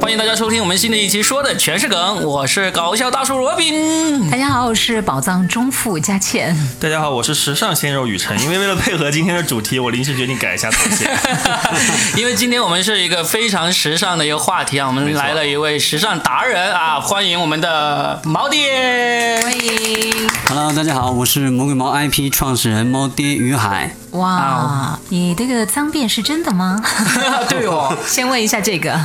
欢迎大家收听我们新的一期，说的全是梗，我是搞笑大叔罗 宾。大家好，我是宝藏中富佳倩。大家好，我是时尚鲜肉 雨辰。因为为了配合今天的主题，我临时决定改一下头衔。因为今天我们是一个非常时尚的一个话题啊，我们来了一位时尚达人啊，欢迎我们的毛爹。欢迎！ Hello，大家好，我是魔鬼毛 IP 创始人猫爹于海。哇，你这个脏辫是真的 吗？对哦，先问一下这个，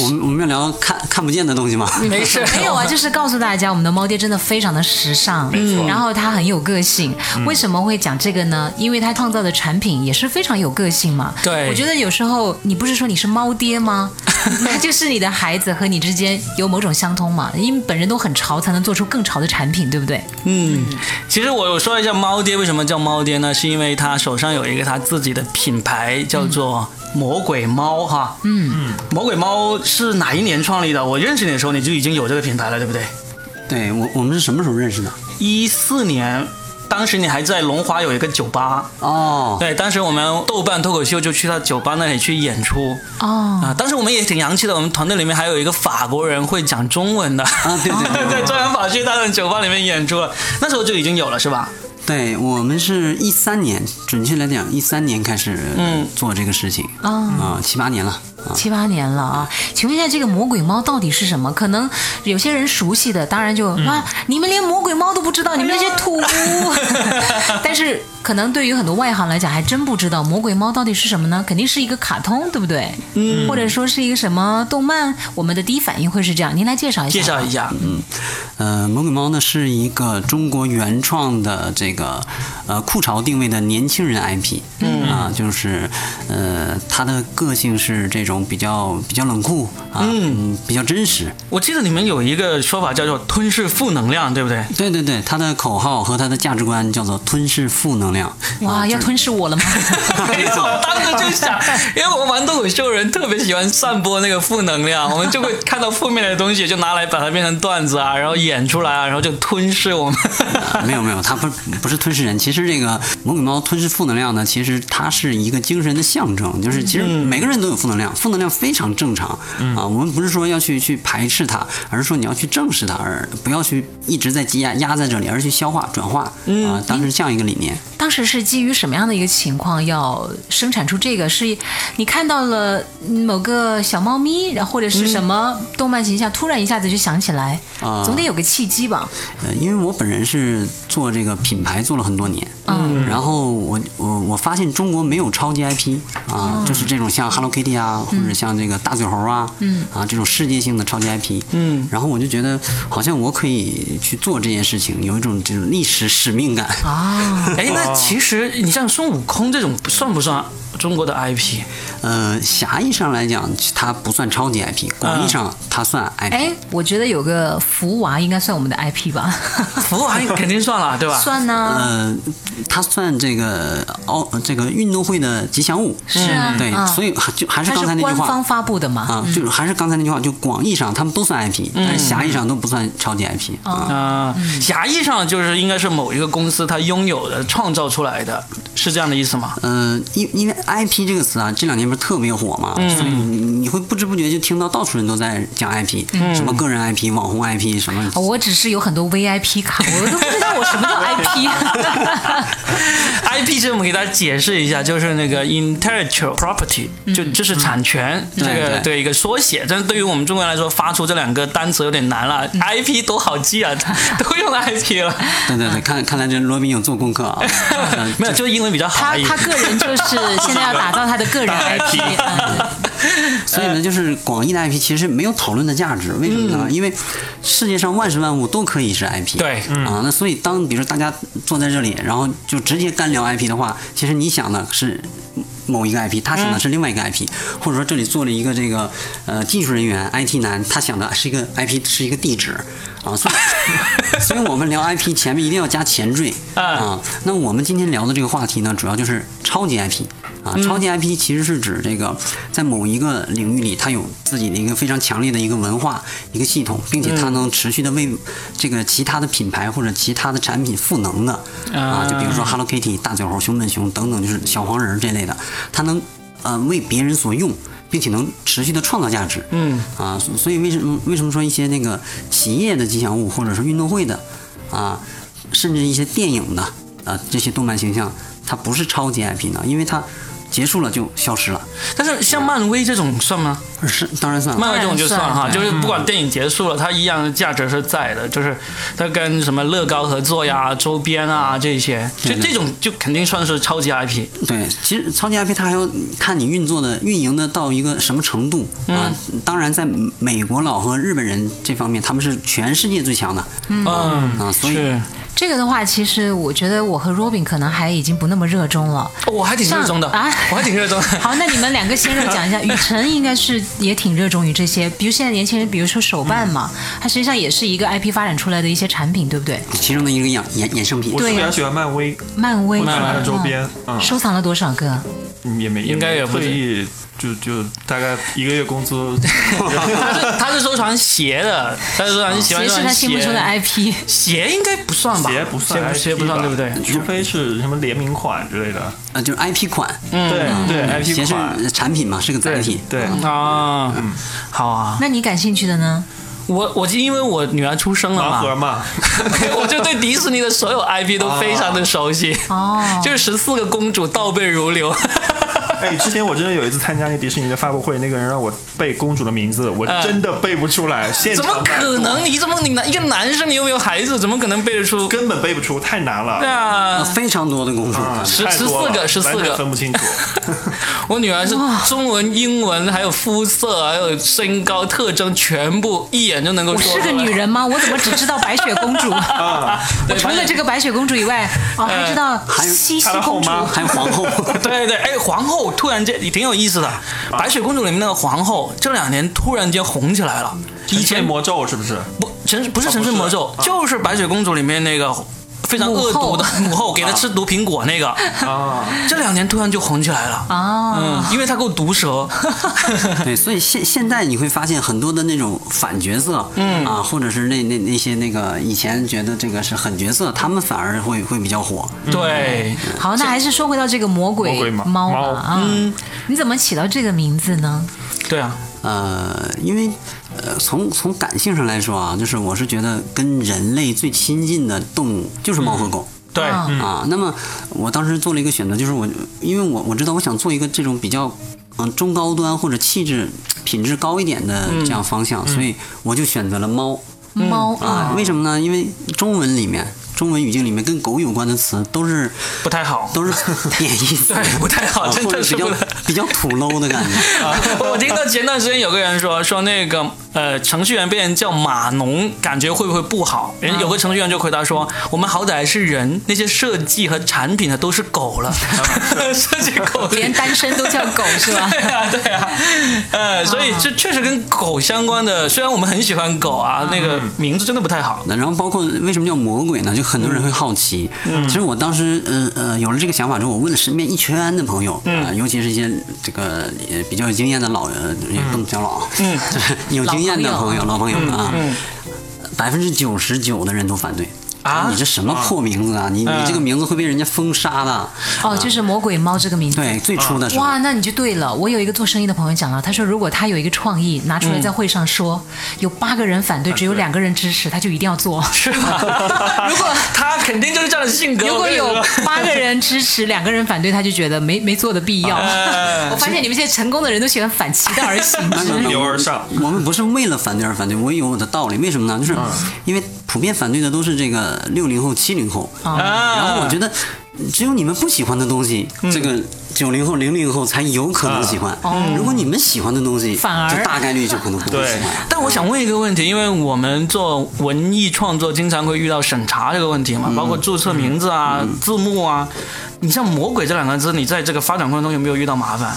我们我们要聊看看不见的东西吗？没事，没 有啊，就是告诉大家，我们的猫爹真的非常的时尚，没错。然嗯后他很有个性，为什么会讲这个呢？因为他创造的产品也是非常有个性嘛。对我觉得有时候你不是说你是猫爹 吗？他就是你的孩子和你之间有某种相通嘛，因为本人都很潮，才能做出更潮的产品，对不对？嗯，其实我有说一下猫爹为什么叫猫爹呢？是因为他手上有一个他自己的品牌，叫做魔鬼猫哈。嗯，魔鬼猫是哪一年创立的？我认识你的时候你就已经有这个品牌了，对不对？ 对我我们是什么时候认识的？一四年，当时你还在龙华有一个酒吧，哦，对，当时我们豆瓣脱口秀就去他酒吧那里去演出哦，啊。当时我们也挺洋气的，我们团队里面还有一个法国人会讲中文的，啊 对对对对，专门跑去他的酒吧里面演出了。那时候就已经有了，是吧？对我们是一三年，准确来讲，一三年开始嗯做这个事情哦啊，七八年了啊。七八年了啊，请问一下，这个魔鬼猫到底是什么？可能有些人熟悉的，当然就、啊，你们连魔鬼猫都不知道，你们这些 土。但是可能对于很多外行来讲，还真不知道魔鬼猫到底是什么呢？肯定是一个卡通，对不对？嗯，或者说是一个什么动漫？我们的第一反应会是这样。您来介绍一下。介绍一下，呃，魔鬼猫呢是一个中国原创的这个呃酷潮定位的年轻人 IP，嗯啊、就是呃他的个性是这种比较比较冷酷啊，嗯，比较真实，我记得你们有一个说法叫做“吞噬负能量”，对不对？对对对，他的口号和他的价值观叫做吞噬负能量。哇，要吞噬我 了吗？没错，我当时就想，因为我们玩脱口秀的人特别喜欢散播那个负能量，我们就会看到负面的东西，就拿来把它变成段子啊，然后演出来啊，然后就吞噬我们。没有没有，他不不是吞噬人。其实这个魔鬼猫吞噬负能量呢，其实它是一个精神的象征，就是其实每个人都有负能量，负能量非常正常啊。我们不是说要去去排斥它，而是说你要去正视它，而不要去一直在积压压在这里，而去消化转化啊。当时这样一个理念。当时是基于什么样的一个情况要生产出这个？是你看到了某个小猫咪，然后或者是什么动漫形象，突然一下子就想起来，啊总得有个契机吧？呃，因为我本人是做这个品牌做了很多年，嗯，然后我我我发现中国没有超级 IP 嗯啊，就是这种像 Hello Kitty 啊，或者像这个大嘴猴啊，嗯，啊这种世界性的超级 IP，嗯，然后我就觉得好像我可以去做这件事情，有一种这种历史使命感。啊，哎，那其实你像孙悟空这种算不算中国的 IP？呃，狭义上来讲，它不算超级 IP，广义上它算嗯 IP。哎，我觉得有个福娃应该算我们的 IP 吧？福娃 肯定算了，对啊吧？算啊呢。呃，它算这个奥这个运动会的吉祥物，是啊对，嗯所以就还是它刚才是那官句话，方发布的嘛？啊，就是还是刚才那句话，就广义上他们都算 IP，但是狭义上都不算超级 IP 啊。啊、狭义上就是应该是某一个公司它拥有的、创造出来的，是这样的意思吗？ 呃，因因为 IP 这个词啊，这两年不是特别火嘛，所以你你会不知不觉就听到到处人都在讲 IP，什么个人 IP、网红 IP 什么。我只是有很多 VIP 卡，我都不知道我什么叫 IP。 IP 这我们给大家解释一下，就是那个 intellectual property，、就就是产权、这个对一个缩写。但是对于我们中国人来说，发出这两个单词有点难了。IP 多好记啊，都用 IP 了，对对对，看看来这罗宾有做功课啊。嗯没有，就是英文比较好他而已。他个人就是现在要打造他的个人 IP，嗯 所以呃呢，就是广义的 IP 其实没有讨论的价值，为什么呢？因为世界上万事万物都可以是 IP。嗯对嗯啊，那所以当比如说大家坐在这里，然后就直接干聊 IP 的话，其实你想的是某一个 IP，他嗯想的是另外一个 IP，、或者说这里做了一个这个呃技术人员 IT 男，他想的是一个 IP 是一个地址啊，所以 所以我们聊 IP 前面一定要加前缀嗯啊。那我们今天聊的这个话题呢，主要就是超级 IP 啊，超级 IP 其实是指这个在某一个领域里，它有自己的一个非常强烈的一个文化、一个系统，并且它能持续的为这个其他的品牌或者其他的产品赋能的啊，就比如说 Hello Kitty、大嘴猴、熊本熊等等，就是小黄人这类的，它能呃为别人所用。并且能持续的创造价值。嗯啊，所所以为什么为什么说一些那个企业的吉祥物，或者是运动会的啊，甚至一些电影的啊这些动漫形象，它不是超级 IP 呢？因为它结束了就消失了。但是像漫威这种算吗？是，当然算了。漫威这种就算了嗯哈，当然就是不管电影结束了，它一样的价值是在的，就是它跟什么乐高合作呀、周边啊这些，就对对这种就肯定算是超级 IP。对，其实超级 IP 它还要看你运作的、运营的到一个什么程度、啊。嗯当然，在美国佬和日本人这方面，他们是全世界最强的。嗯啊所以是，这个的话，其实我觉得我和 Robin 可能还已经不那么热衷了。 哦我还挺热衷的，像啊我还挺热衷的。 好，那你们两个先生讲一 下，雨辰应该是也挺热衷于这些，比如现在年轻人，比如说手办嘛，嗯它实际上也是一个 IP 发展出来的一些产品，对不对？其中的一个衍衍衍生品我是对比较喜欢漫威，漫威我喜欢它的嗯周边，嗯，收藏了多少个？也没应该也不特止意，就就大概一个月 工资，他是他是收藏鞋的，他是收藏喜欢谁收是藏他心目中的鞋。 IP？鞋应该不算吧？鞋不算，鞋不算，对不对？？除非是什么联名款之类的，呃，就是 IP 款，嗯对对嗯鞋，IP 是款，产品嘛，是个载体。对，啊，好啊，那你感兴趣的呢？我我就因为我女儿出生了盲盒嘛，嘛，嗯 我就对迪士尼的所有 IP 都非常的熟悉，哦， 就是十四个公主倒背如流。 哎，之前我真的有一次参加那迪士尼的发布会，那个人让我背公主的名字，我真的背不出来，现啊怎么场百度可能？你怎么你男一个男生，你又没有孩子，怎么可能背得出？根本背不出，太难了。对呃，啊，非常多的功夫。啊十太多了14个完全14个分不清楚。我女儿是中文、英文，还有肤色，还有身高特征，全部一眼就能够我说出是来。个女人吗？我怎么只知道白雪公 主？我 对，除了这个白雪公主以外，哦，还知呃道还有西西她的后公主。妈还有 皇后， 对对对，哎，皇后突然间也挺有意思的，白雪公主》里面那个皇后这两年突然间红起来了， 以前魔咒是不是？不神不是哦神之不是魔咒，啊就是白雪公主里面那个非常恶毒 的母后给她吃毒苹果那个，啊，这两年突然就红起来了。哦，嗯，因为她够毒 舌，对，所以现现在你会发现很多的那种反角色，嗯啊，或者是那那那些那个以前觉得这个是狠角色，他们反而会会比较火。对，好，那还是说回到这个魔鬼魔鬼猫猫吧猫啊，你怎么起到这个名字呢？对啊，呃，因为呃，从从感性上来说啊，就是我是觉得跟人类最亲近的动物就是猫和狗。对，啊啊，那么我当时做了一个选择，就是我因为我我知道我想做一个这种比较嗯中高端或者气质品质高一点的这样方向，所以我就选择了猫猫啊。为什么呢？因为中文里面中文语境里面跟狗有关的词都是不太好，都是贬义 词，对， 不太好，啊真或者的是比较不太。比较土 low 的感觉。 我听到前段时间有个人说说那个呃程序员被人叫码农，感觉会不会不好？人有个程序员就回答说，我们好歹是人，那些设计和产品的都是狗 了，设计狗连单身都叫狗是吧？ 对啊，对啊，呃，所以啊这确实跟狗相关的。虽然我们很喜欢狗啊，那个名字真的不太 好。那然后包括为什么叫魔鬼呢？就很多人会好奇。其实我当时呃呃有了这个想法之后，我问了身边一圈的朋友，啊、尤其是一些这个呃比较有经验的老人，也不能叫老， 嗯、有经验的朋友、老朋友啊，百分之九十九的人都反对。啊你这什么破名字啊！你你这个名字会被人家封杀的。哦，就是魔鬼猫这个名字。对，最初的时候，哇，那你就对了。我有一个做生意的朋友讲了，他说如果他有一个创意拿出来在会上说，有八个人反对，只有两个人支持，他就一定要做。是 吧？ 如果他肯定就是这样的性格。如我果跟你有 说八个人支持，两个人反对，他就觉得没没做的必要。哎 我发现你们现在成功的人都喜欢反其道而 行那之那。那由我而上我们不是为了反对而反对，我也有我的道理。为什么呢？就是因为普遍反对的都是这个六零后、七零后，啊然后我觉得只有你们不喜欢的东西，这个九零后、零零后才有可能喜欢。如果你们喜欢的东西，反而就大概率就可能不会喜欢。但我想问一个问题，因为我们做文艺创作经常会遇到审查这个问题嗯嘛，包括注册名字啊、字幕啊。你像“魔鬼”这两个字，你在这个发展过程中有没有遇到麻烦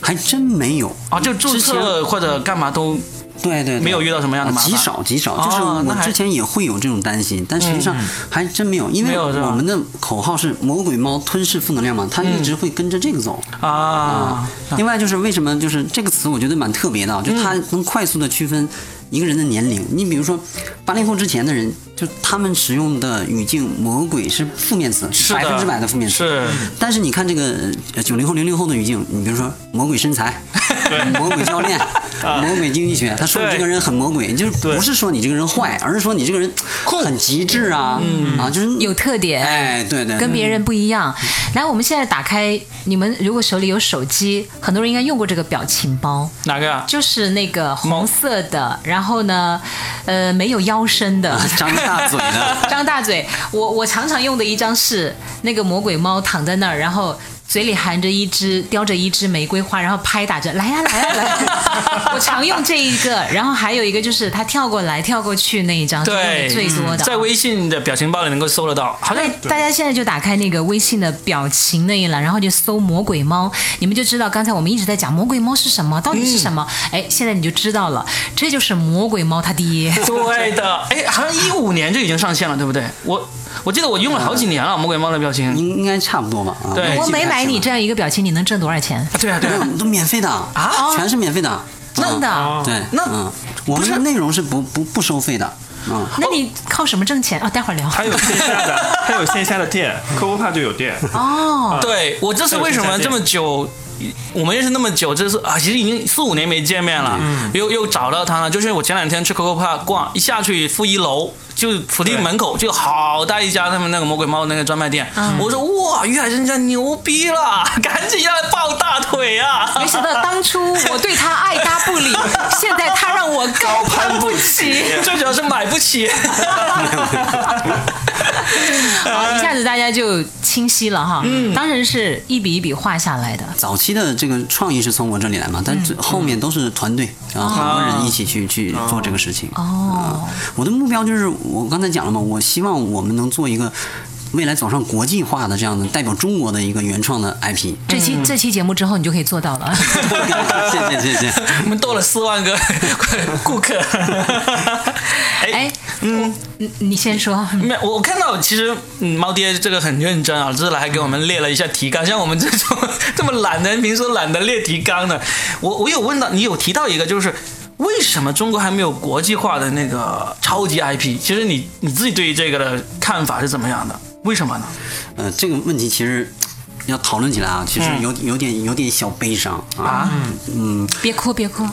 还真没有。啊？就注册或者干嘛都对对，对没有遇到什么样的啊麻烦极少极少，就是哦那我还之前也会有这种担心，但实际上还真嗯没有，因没为有是吧我们的口号是“魔鬼猫吞噬负能量”嘛，它一直会跟着这个走。啊。嗯另外就是为什么就是这个词，我觉得蛮特别的啊，就它能快速的区分一个人的年龄。你比如说，八零后之前的人，就他们使用的语境“魔鬼”是负面词，是的百分之百的负面嗯词。是但是你看这个呃九零后、零零后的语境，你比如说“魔鬼身材”、“ 魔鬼教 练”、“魔鬼经济学”，他说你啊对这个人很魔鬼，就是不是说你这个人坏，而是说你这个人很极致啊，嗯啊，就是有特点。哎，对对，跟别人不一样。来，我们现在打开你们，如果手里有手机，很多人应该用过这个表情包，哪个啊？就是那个红色的，然后呢，呃，没有腰 身的，啊张大嘴的，张大嘴。我我常常用的一张是那个魔鬼猫躺在那儿，然后。嘴里含着一支叼着一支玫瑰花，然后拍打着来呀、来呀、来 呀、我常用这一个，然后还有一个就是他跳过来跳过去那一张，是用对，嗯的最多的啊、哎在微信的表情包里能够搜得到，好像对，大家现在就打开那个微信的表情那一栏，然后就搜“魔鬼猫”，你们就知道刚才我们一直在讲魔鬼猫是什么，到底是什么。哎、现在你就知道了，这就是魔鬼猫他 爹。对的，哎，好像一五年就已经上线了，对不对？我我记得我用了好几年了，魔鬼猫的表情。应应该差不多吧？啊对我每买你，这样一个表情，你能挣多少钱？啊对啊，对没啊，有都免费的啊全是免费的，真的？哦嗯。对，那嗯，我们的内容是不不不收费的，嗯，那你靠什么挣钱啊、待会儿聊。它有线下 的，它有线下的店，科沃帕就有店。哦， 对我这是为什么这么久，我们认识那么久，这是啊，其实已经四五年没见面了，又又找到他了，就是我前两天去 Coco Park 逛，一下去负一楼。就府地门口就好大一家他们那个魔鬼猫那个专卖店，我说哇，于海生家牛逼了， 赶紧要来抱大腿啊！没想到当初我对他爱搭不 理，现在他让我高攀不起。最主要是买不起。好， 一下子大家就清晰了哈。嗯，当然是一笔一笔画下来的。早期的这个创意是从我这里来嘛，但是后面都是团队，然后很多人一起去去做这个事情。啊哦，我的目标就是我刚才讲了嘛，我希望我们能做一个未来走上国际化的这样的代表中国的一个原创的 IP。这期、这期节目之后你就可以做到了。 谢谢谢谢。我们多了四万 个顾客。哎，嗯，你你先说，没有，我我看到其实嗯猫爹这个很认真啊，这次来还给我们列了一下提纲，像我们这种这么懒的人，平时都懒得列提纲的。我我有问到你有提到一个就是。为什么中国还没有国际化的那个超级 IP？其实你你自己对于这个的看法是怎么样的？为什么呢？呃，这个问题其实要讨论起来啊，其实有有点有点小悲伤啊。嗯，别哭别哭。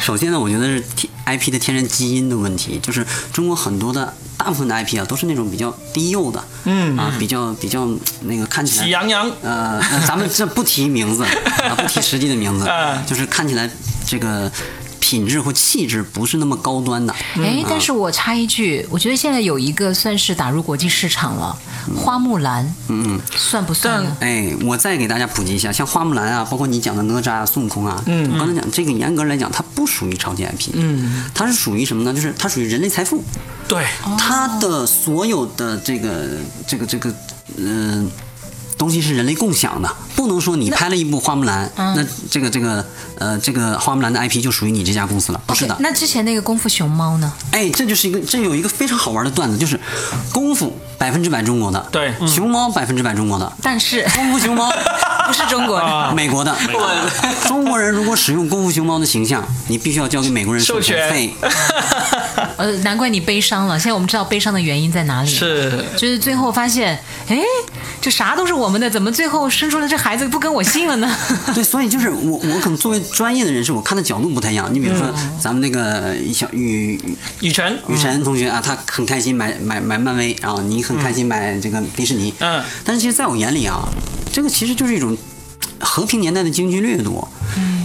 首先呢，我觉得是 T- IP 的天然基因的问题，就是中国很多的大部分的 IP 啊，都是那种比较低幼的，嗯啊，比较比较那个看起来喜羊羊呃，那咱们这不提名字 啊，不提实际的名字嗯，就是看起来这个品质或气质不是那么高端的。嗯哎，但是我插一句，我觉得现在有一个算是打入国际市场了，花木兰，嗯，算不算呢？哎，我再给大家普及一下，像花木兰啊，包括你讲的哪吒啊、孙悟空啊，嗯我刚才讲这个严格来讲，它不属于超级 IP，嗯，它是属于什么呢？就是它属于人类财富，对，它的所有的这个这个这个，嗯、东西是人类共享的，不能说你拍了一部花木兰，那这个这个呃这个花木兰的 IP 就属于你这家公司了，不是的 OK，。那之前那个功夫熊猫呢？哎，这就是一个，这有一个非常好玩的段子，就是功夫百分之百中国的，对嗯熊猫百分之百中国的，但是功夫 熊猫 不是中 国的，啊美国的，中国人如果使用功夫熊猫的形象，你必须要交给美国人授权权费。呃，难怪你悲伤了。现在我们知道悲伤的原因在哪里 了，是就是最后发现，哎，这啥都是我们的，怎么最后生出来这孩子不跟我姓了呢？对，所以就是我，我可能作为专业的人士，我看的角度不太一样。你比如说，咱们那个小雨羽泉，雨辰同学啊，他很开心买买买漫威，然后你很开心买这个迪士尼。嗯但是其实在我眼里啊，这个其实就是一种和平年代的经济掠夺。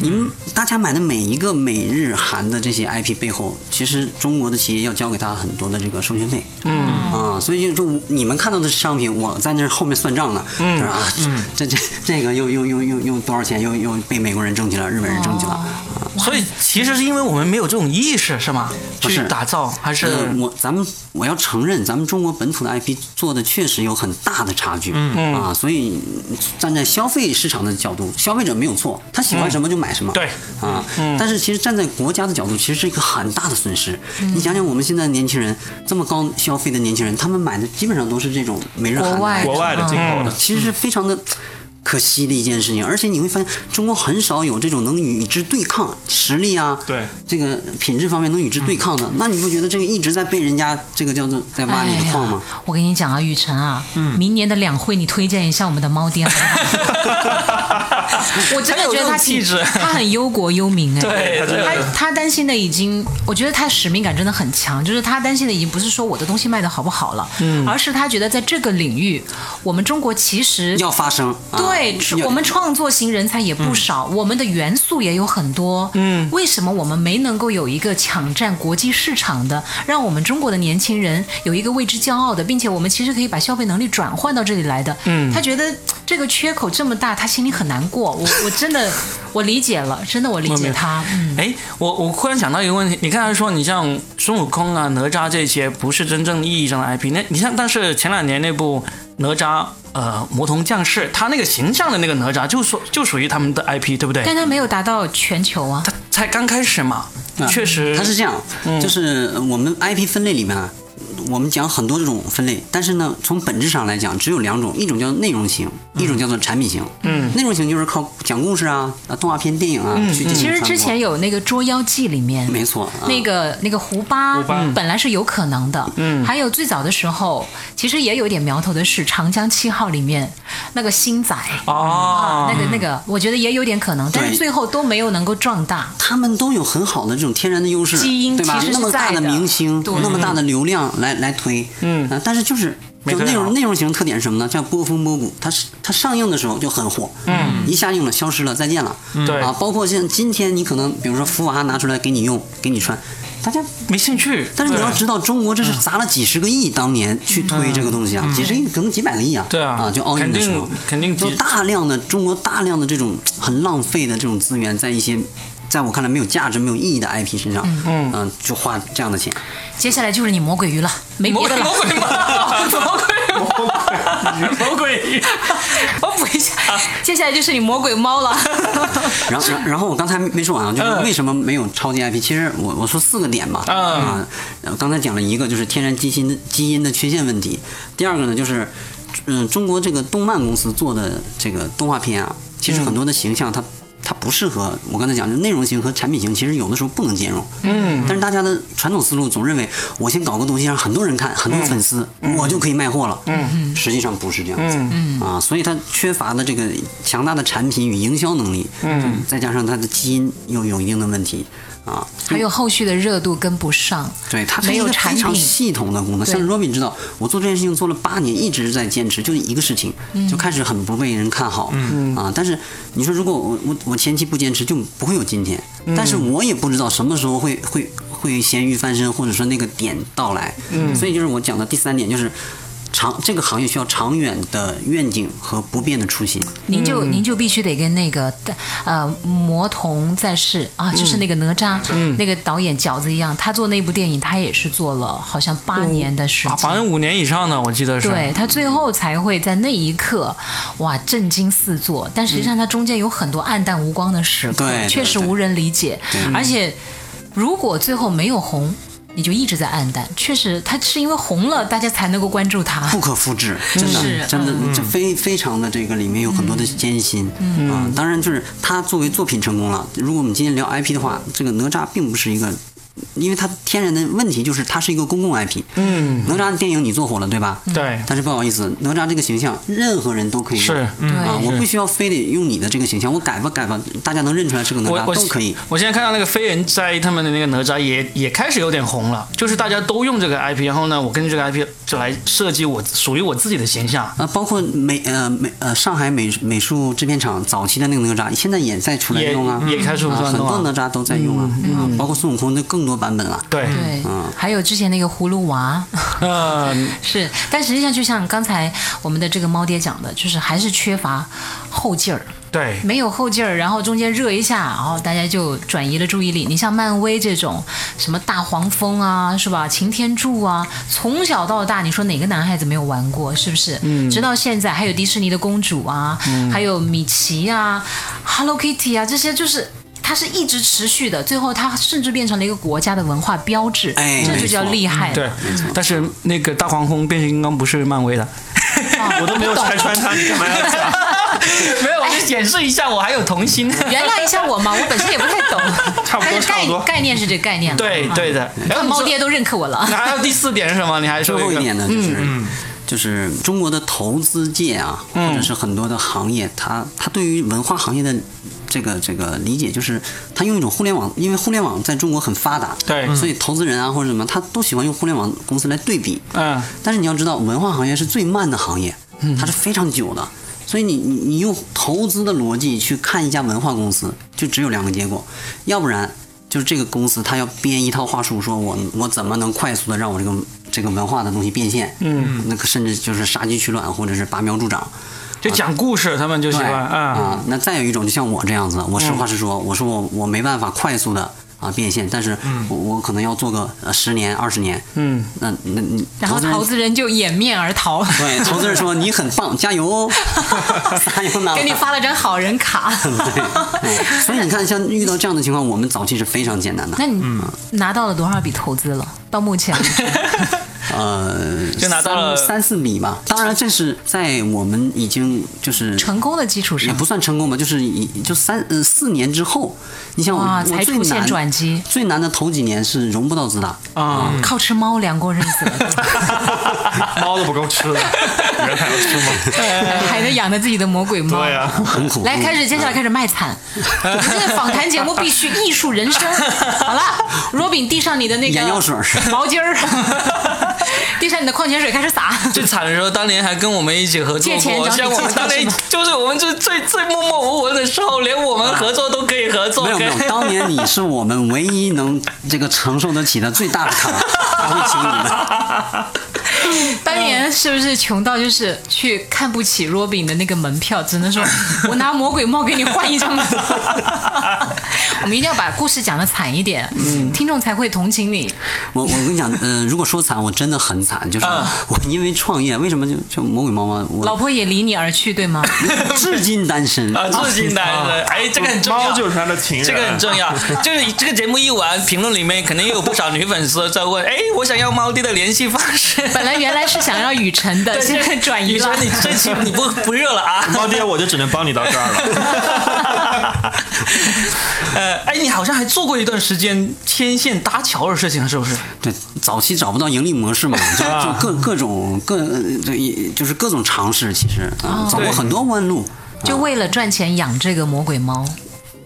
你们大家买的每一个美日韩的这些 IP 背后，其实中国的企业要交给他很多的这个授权费。嗯啊，所以就是说你们看到的是商品，我在那后面算账呢。嗯啊， 这这这个又又又又又多少钱，又又被美国人挣去了，日本人挣去了。所以其实是因为我们没有这种意识，是吗？不是去打造还是呃， 我咱们我要承认，咱们中国本土的 IP 做的确实有很大的差距，嗯啊，所以站在消费市场的角度，消费者没有错，他喜欢什么就买什么，对啊，但是其实站在国家的角度，其实是一个很大的损失。你想想，我们现在年轻人这么高消费的年轻人，他们买的基本上都是这种每日韩嗯国外的国外的进口的，其实是非常的。可惜的一件事情。而且你会发现，中国很少有这种能与之对抗实力啊，对这个品质方面能与之对抗嗯的。那你不觉得这个一直在被人家这个叫做在挖你的矿吗？ 哎呀我跟你讲啊，雨辰啊，明年的两会你推荐一下我们的猫爹好不好 我真的觉很有这得他挺种气质他很忧国忧民 哎。对对他他担心的已经，我觉得他使命感真的很强，就是他担心的已经不是说我的东西卖的好不好了，嗯而是他觉得在这个领域，我们中国其实要发声，啊哎对，要我们创作型人才也不少，我们的元素也有很多。嗯，为什么我们没能够有一个抢占国际市场的，让我们中国的年轻人有一个为之骄傲的，并且我们其实可以把消费能力转换到这里来的？嗯，他觉得这个缺口这么大，他心里很难过。我我真的我理解了，真的我理解他。嗯， 哎，我我忽然想到一个问题，你刚才说你像孙悟空啊、哪吒这些不是真正意义上的 IP，那你像但是前两年那部哪吒呃魔童降世，他那个形象的那个哪吒就属就属于他们的 IP，对不对？但他没有达到全球啊。他才刚开始嘛，啊确实它是这样，就是我们 IP 分类里面啊，我们讲很多这种分类，但是呢，从本质上来讲，只有两种，一种叫内容型，一种叫做产品型。嗯，内容型就是靠讲故事啊、啊动画片、电影啊去进行其实传播之前有那个《捉妖记》里面，没错，啊那个那个胡巴胡巴本来是有可能的，嗯，还有最早的时候，其实也有点苗头的是《长江七号》里面那个星仔哦啊，那个那个，我觉得也有点可能，但是对最后都没有能够壮大。他们都有很好的这种天然的优势，基因对吧其？实是那么大在的明星对，那么大的流量来来推，嗯啊，但是就是。没就推内好容内容型特点是什么呢？叫波峰波谷，它是它上映的时候就很火，嗯，一下映了消失了，再见了，对啊，包括像今天你可能比如说福娃拿出来给你用给你穿，大家，没兴趣。但是你要 对嗯知道中国这是砸了几十个亿，当年去推这个东西啊，几十亿可能几百个亿啊，对啊啊，就奥运的时候肯定肯定就几大量的中国大量的这种很浪费的这种资源，在一些在我看来没有价值、没有意义的 IP 身上，嗯、就花这样的钱。接下来就是你魔鬼鱼了，没别的了。魔鬼魔鬼猫 魔 鬼我补一下，接下来就是你魔鬼猫了。然后，然后然后我刚才没说完啊，就是嗯为什么没有超级 IP？其实我我说四个点吧，嗯啊，呃刚才讲了一个就是天然基因的基因的缺陷问题，第二个呢就是，嗯，中国这个动漫公司做的这个动画片啊，其实很多的形象它。它不适合我刚才讲，就内容型和产品型，其实有的时候不能兼容。嗯，但是大家的传统思路总认为，我先搞个东西让很多人看，很多粉丝，我就可以卖货了。嗯，实际上不是这样子。嗯啊，所以它缺乏的这个强大的产品与营销能力，嗯，再加上它的基因又有一定的问题啊，还有后续的热度跟不上，对，它是没一有个产非常品系统的工作。对像 Robin 知道，我做这件事情做了八年，一直在坚持，就是一个事情，嗯就开始很不被人看好。嗯啊，但是你说如果我我我前期不坚持，就不会有今天。嗯但是我也不知道什么时候会会会咸鱼翻身，或者说那个点到来。嗯，所以就是我讲的第三点就是。长这个行业需要长远的愿景和不变的初心。您就、您就必须得跟那个呃魔童在世啊，就是那个哪吒、那个导演饺子一样，他做那部电影，他也是做了好像八年的时啊，间。反正五年以上的，我记得是。对他最后才会在那一刻，哇，震惊四座。但实际上，他中间有很多暗淡无光的时刻，对对确实对无人理解。而且，如果最后没有红，你就一直在暗淡。确实，他是因为红了，大家才能够关注他。不可复制，真是的，真的，嗯这非非常的这个里面有很多的艰辛，嗯啊，当然就是它作为作品成功了。如果我们今天聊 IP 的话，这个哪吒并不是一个。因为它天然的问题就是它是一个公共 IP，嗯，哪吒的电影你做火了对吧？嗯对但是不好意思，哪吒这个形象任何人都可以用是嗯啊，对我不需要非得用你的这个形象，我改吧改吧，大家能认出来是个哪我我吒嗯都可以。我现在看到那个飞人斋他们的那个哪吒也也开始有点红了，就是大家都用这个 IP，然后呢，我根据这个 IP 就来设计我属于我自己的形象。啊，包括美呃美呃上海美美术制片厂早期的那个哪吒，现在也在出来也用啊，也开始出来啊弄啊很多哪吒都在用啊，啊，包括孙悟空的更多版本啊了。对，对，还有之前那个葫芦娃。嗯，是，但实际上就像刚才我们的这个猫爹讲的，就是还是缺乏后劲儿，对，没有后劲儿，然后中间热一下，然后大家就转移了注意力。你像漫威这种，什么大黄蜂啊，是吧？擎天柱啊，从小到大，你说哪个男孩子没有玩过？是不是？嗯，直到现在，还有迪士尼的公主啊，嗯还有米奇啊，Hello Kitty 啊，这些就是。它是一直持续的，最后它甚至变成了一个国家的文化标志，哎这就没叫错厉害了。对，但是那个大黄蜂变形金刚不是漫威的，啊 我都没有拆穿他，你干嘛要讲？ 没有，我就解释一下，我还有童心。原谅一下我 嘛，我本身也不太懂，差不多但是差概不多概念是这个概念 了。对啊对的。然后看你猫说爹都认可我了那。还有第四点是什么？你还最说后一个点呢，就是、嗯就是中国的投资界啊，或者是很多的行业，它它对于文化行业的这个这个理解，就是它用一种互联网，因为互联网在中国很发达，对嗯所以投资人啊或者什么，他都喜欢用互联网公司来对比。嗯，但是你要知道，文化行业是最慢的行业，它是非常久的。所以你你你用投资的逻辑去看一家文化公司，就只有两个结果，要不然就是这个公司它要编一套话术，说我我怎么能快速的让我这个这个文化的东西变现，嗯，那个甚至就是杀鸡取卵或者是拔苗助长，就讲故事，他们就喜对欢啊。啊、那再有一种，就像我这样子，我实话实说，嗯我说我我没办法快速的啊变现，但是我我可能要做个呃十年二十年，嗯，那那嗯你 然后资人投资人就掩面而 逃，对，投资人说你很棒，加油 哦，加油呢。给你发了张好人卡。 对，哎所以你看，像遇到这样的情况，我们早期是非常简单 的。那你拿到了多少笔投资了？到目 前为止，呃，就拿到了三三四米吧。当然，这是在我们已经就是成功的基础也上不，算成功吧，就是以就三呃四年之后，你想我哇，我才最出现难转机，最难的头几年是融不 到资大，啊，嗯靠吃猫粮过日子 了，猫都不够吃的，人还要吃吗？还能养着自己的魔鬼猫。对呀、啊很苦。来，开始始，接下来开始卖惨。我们这个访谈节目必须艺术人生。好了，罗饼递上你的那个眼药水儿 毛巾儿，递上你的矿泉水，开始洒。最惨的时候，当年还跟我们一起合作借钱过，找你像我们借钱当年是吗 就是我们最最最默默无闻的时候，连我们合作都可以合作。没有没有，当年你是我们唯一能这个承受得起的最大的 坎儿，他会请你的。当年是不是穷到就是去看不起罗饼的那个门票，只 能说我拿魔鬼帽给你换一张。 我们一定要把故事讲的惨一点，听众才会同情你。我我跟 你讲，呃，如果说惨，我真的很惨，就是嗯我因为创业，为什么就就魔鬼猫猫，老我婆也离你而去，对 吗？至今单 身啊，至今单身，哎，这个很重要猫。就是他的情人，这个很重要，就是这个节目一完，评论里面肯定又有不少女粉丝在问，哎，我想要猫弟的联系方式。本来原来是想要雨辰的， 现在转移雨。了辰 你这期你不不热了啊？ 猫爹，我就只能帮你到这儿了。呃，哎，你好像还做过一段时间天线搭桥的事情，是不是？ 对，早期找不到盈利模式嘛，就啊就各各种各就也就是各种尝试，其实啊，走过对很多弯路就为了赚钱养这个魔鬼猫，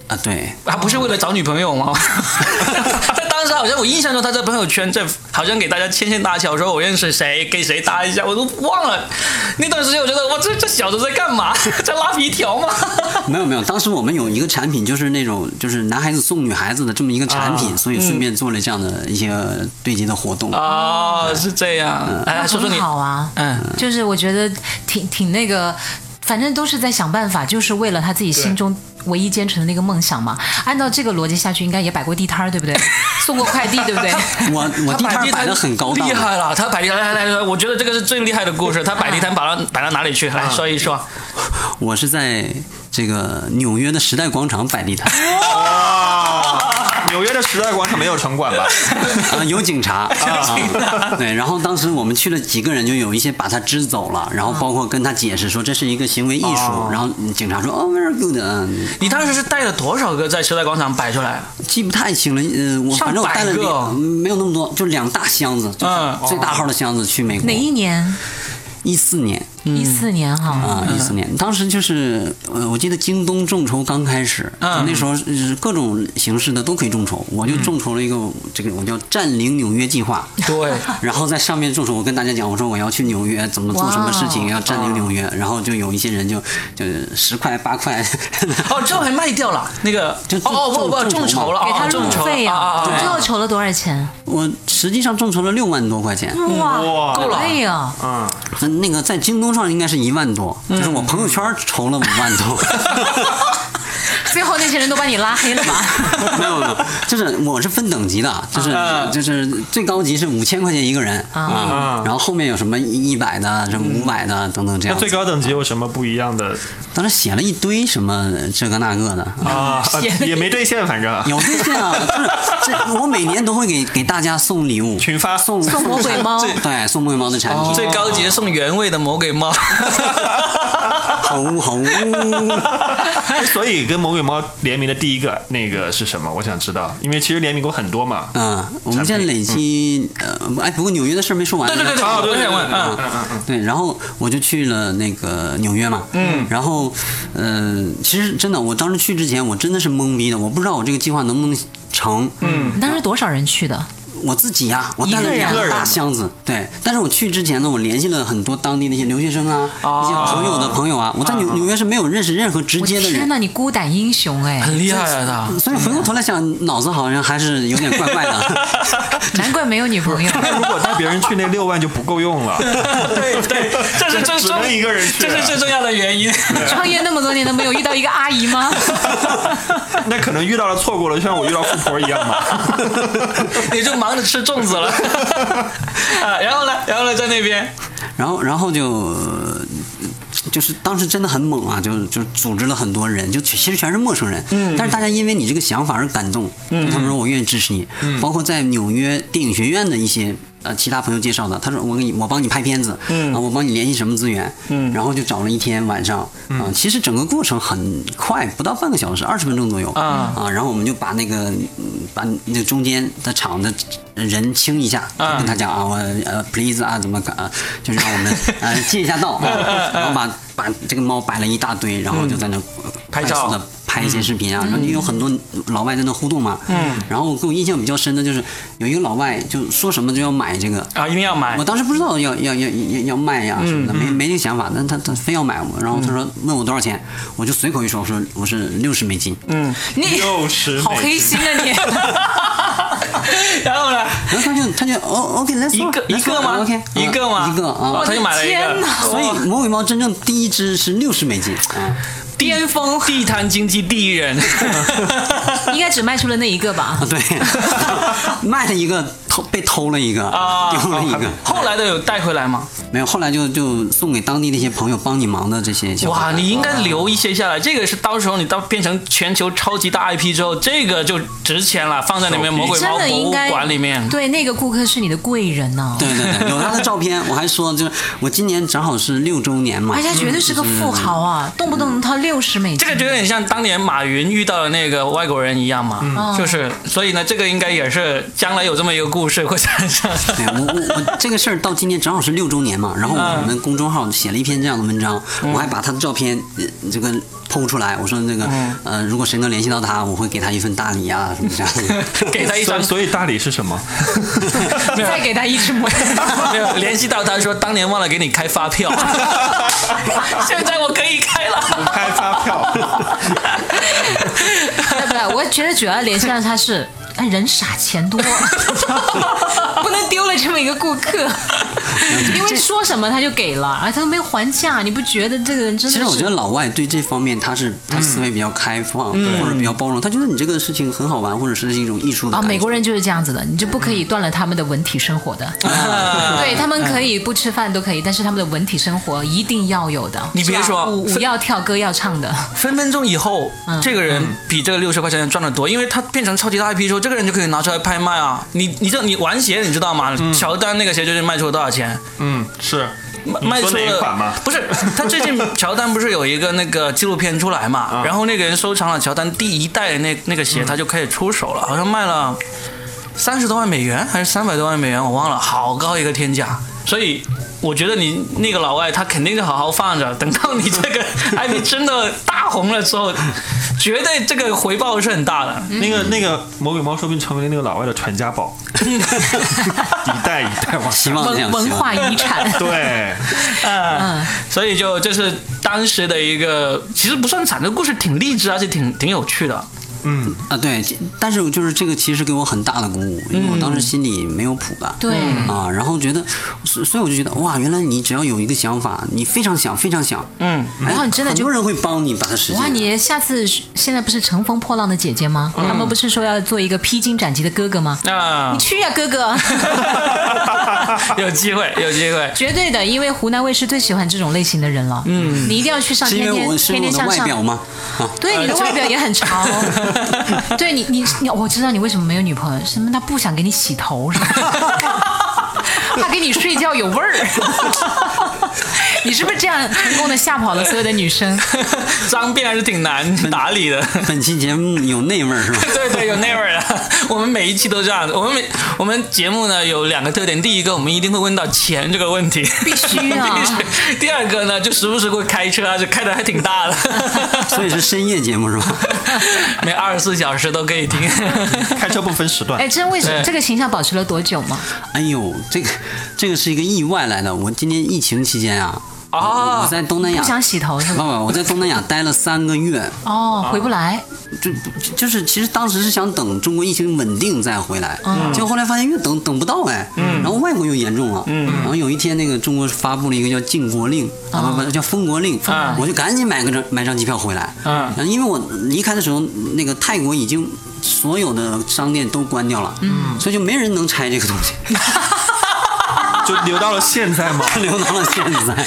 啊，对，啊，不是为了找女朋友吗？ 他当时好像我印象中他在朋友圈在好像给大家牵线搭桥，说我认识谁，给谁搭一下，我都忘了。那段时间我觉得我这这小子在干嘛？ 在拉皮条吗？没有没有，当时我们有一个产品，就是那种就是男孩子送女孩子的这么一个产品，所以顺便做了这样的一些对接的活动。嗯啊、是这样。哎，说说你很，好啊。嗯，就是我觉得挺挺那个，反正都是在想办法，就是为了他自己心中唯一坚持的那个梦想嘛。按照这个逻辑下去，应该也摆过地摊儿，对不对？送过快递，对不对？我我地他摊摆摆的很高档厉，害了。他摆地摊，来来来，我觉得这个是最厉害的故事。他摆地摊摆到摆到哪里去？来说一说。我是在这个纽约的时代广场摆地摊，啊哇，纽约的时代广场没有城管吧？啊，有警 察，啊，对，然后当时我们去了几个人，就有一些把他支走了，然嗯后包括跟他解释说这是一个行为艺术，然后警察说哦，very good，嗯，你当时是带了多少个在时代广场摆出来？记不太清了，呃，我上反正我带了百个两没有那么多，就两大箱子，嗯就是最大号的箱子去美国哪，一年？一四年。嗯一四年哈。啊，一四年，当时就是，呃，我记得京东众筹刚开始，嗯那时候是各种形式的都可以众筹，我就众筹了一个，这个我叫“占领纽约计划”，对， 然后在上面众筹，我跟大家讲，我说我要去纽约，怎么做什么事情，哇要占领纽约，然后就有一些人就就是十块八块，哦，最后还卖掉了那个，就哦哦不众不，众众筹了，给他哦众路筹了费啊啊啊！你最啊后筹了多少钱？ 我实际上众筹了六万多块钱，哇哇够了可以啊！嗯，那个在京东上应该是一万多，就是我朋友圈筹了五万多。最后那些人都把你拉黑了吧？ 没有没有，就是我是分等级的，就是、啊就是最高级是五千块钱一个人啊、然后后面有什么一百的、什么五百的等等这那样最子。高等级有什么不一样的当时写了一堆什么这个那个的，啊？ 啊天哪也没兑现，反正有兑现啊，就是这我每年都会给给大家送礼物，群发送 送魔鬼猫哦哦对，送魔鬼猫的产品。 最高级的送原味的魔鬼猫，好污好污，哎所以跟魔鬼猫联名的第一个那个是什么？我想知道，因为其实联名过很多嘛。 嗯，我们现在累积，呃，哎，不过纽约的事儿没说完。对对对对，啊对我想问，嗯嗯，嗯嗯，对，然后我就去了那个纽约嘛，嗯，然后，嗯、其实真的，我当时去之前，我真的是懵逼的，我不知道我这个计划能不能成，嗯，你当时多少人去的？我自己呀、啊我带了一个人啊两大箱子，对，但是我去之前呢，我联系了很多当地的一些留学生啊，哦一些朋友的朋友啊，我在纽、纽约是没有认识任何直我接的天人。哪，你孤胆英雄哎， 很厉害啊所以回过头来 想，脑子好像还是有点怪怪的。难怪没有 女朋友。那如果带别人去，那六万就不够用了。他，对对，这是最只重能一个人去这是最重要的原因。 创业那么多年都没有遇到一个阿姨吗？ 那可能遇到了错过了，就像我遇到富婆一样嘛。 你就忙着吃粽子了。啊，然后呢，然后呢，在那边，然后，然后就呃就是当时真的很猛啊，就就组织了很多人，就其其实全是陌生人，嗯，但是大家因为你这个想法而感动，嗯，他们说我愿意支持你，嗯，包括在纽约电影学院的一些。呃，其他朋友介绍的，他说我给你，我帮你拍片子，嗯，啊，我帮你联系什么资源，嗯，然后就找了一天晚上，啊，其实整个过程很快，不到半个小时，二十分钟左右，啊啊，然后我们就把那个嗯把那个中间的场的人清一下，啊跟他讲啊，我呃，please 啊，怎么啊，就让我 们呃借一下道嗯啊，然后把把这个猫摆了一大堆，然后就在那呃嗯拍快速照嗯的拍一些视频啊，然后就有很多老外在那互动嘛，嗯，然后给我印象比较深的就是有一个老外就说什么就要买这个。啊，一定要买我。当时不知道要要要要要嗯卖呀什么的，没没这个想法，但他他非要买我，然后他说问我多少钱，我就随口一说，我说我是六十美金，嗯你六十美金好黑心啊你！ 然后呢，然后他就他就哦 OK let's 一个 go，一 let's go，个吗啊？OK，啊一个吗？一个啊，哦，他就买了一天个哪，所以魔鬼猫真正第一只是六十美金嗯啊，巅峰地摊经济第一 人。应该只卖出了那一个吧？对，啊 卖了一个偷被偷了一个，啊丢了一个，后来的有带回来吗？没有，后来就就送给当地那些朋友帮你忙的这些小伙哇，伴你应该留一些下来，这个是到时候你到变成全球超级大 IP 之后，这个就值钱了，放在里面魔鬼真猫的博应物该馆里面。对，那个顾客是你的贵人呢、对对对，有他的照片，我还说就是我今年正好是六周年嘛哎而，且他绝对是个富豪啊，动不动能掏六十美金。这个就有点像当年马云遇到的那个外国人一样嘛，嗯就是，所以呢，这个应该也是将来有这么一个故事会产生。对哎我我我这个事儿到今年正好是六周年嗯嘛，然后我们公众号写了一篇这样的文章，我还把他的照片呃这个剖出来，我说那个嗯呃，如果谁能联系到他，我会给他一份大礼啊什么这样 的。给他一所张以，所以大理是什么？再给他一只魔 没有联系到他说当年忘了给你开发票，现在我可以开了。 开发票。对不对？我觉得主要联系到他是，哎，人傻钱多，不能丢了这么一个顾客，因为说什么他就给了，啊而他都没有还价，你不觉得这个人真的其是？实我觉得老外对这方面他是他思维比较开放，嗯或者比较包容，他觉得你这个事情很好玩，或者是一种艺术的啊，感觉。美国人就是这样子的，你就不可以断了他们的文体生活的。啊对他们可以不吃饭都可以，但是他们的文体生活一定要有的。你别是吧说舞舞是要跳，歌要唱的。分分钟以后，这个人比这个六十块钱赚的多，因为他变成超级大 IP 之后，这个人就可以拿出来拍卖啊。你你知道你玩鞋你知道吗？乔丹那个鞋最近卖出了多少钱？嗯，是。卖你卖说出哪一款吗了？不是，他最近乔丹不是有一个那个纪录片出来嘛？然后那个人收藏了乔丹第一代的那那个鞋，他就开始出手了，好像卖了三十多万美元还是三百多万美元，我忘了，好高一个天价。所以我觉得你那个老外他肯定就好好放着，等到你这 个 IP 真的大红了之后，绝对这个回报是很大的。那个那个魔鬼猫说不定成为了那个老外的传家 宝，一代一代往希上。望这文样文化遗 产。对， 嗯，所以就这是当时的一个，其实不算惨，这个故事挺励志，而且挺挺有趣的。嗯，啊，对，但是就是这个其实给我很大的鼓舞，因为我当时心里没有谱的，嗯对啊，然后觉得，所所以我就觉得哇，原来你只要有一个想法，你非常想，非常想，嗯，哎然后你真的很就多人会帮你把它实现。哇，你下次现在不是乘风破浪的姐姐吗？嗯他们不是说要做一个披荆斩棘的哥哥吗？啊 你，去呀、哥 哥！有机会，有机会。绝对的，因为湖南卫视最喜欢这种类型的人了。嗯，你一定要去上是因天为天我是因天为天我向的外上。表吗？啊，哎对你的外表也很 潮，对你你你，我知道你为什么没有女朋友，是因为他不想给你洗 头，是吧？怕给你睡觉有味儿， 你是不是这样成功的吓跑了所有的女生？脏辫还是挺难打理的。本期节目有内味儿是吧？对对，有那味儿的。我们每一期都这样子。我们每我们节目呢有两个特点，第一个我们一定会问到钱这个问题，必须啊必须 第二个呢就时不时会开车啊，就开的还挺大的，所以是深夜节目是吧？每二十四小时都可 以听。开车不分时段哎，，这为什么对这个形象保持了多久吗？哎呦，这个这个是一个意外来的。我今年疫情期间啊，啊我在东南亚不想洗头是不吗？不，我在东南亚待了三个月，哦，啊回不来，就就是其实当时是想等中国疫情稳定再回来，嗯结果后来发现越等等不到哎，然后外国又严重了，然后有一天那个中国发布了一个叫禁国令啊不不叫封国令，我就赶紧买个张买张机票回来，嗯然后因为我离开的时候那个泰国已经所有的商店都关掉了，所以就没人能拆这个东西，就留到了现在 嘛。流到了现在。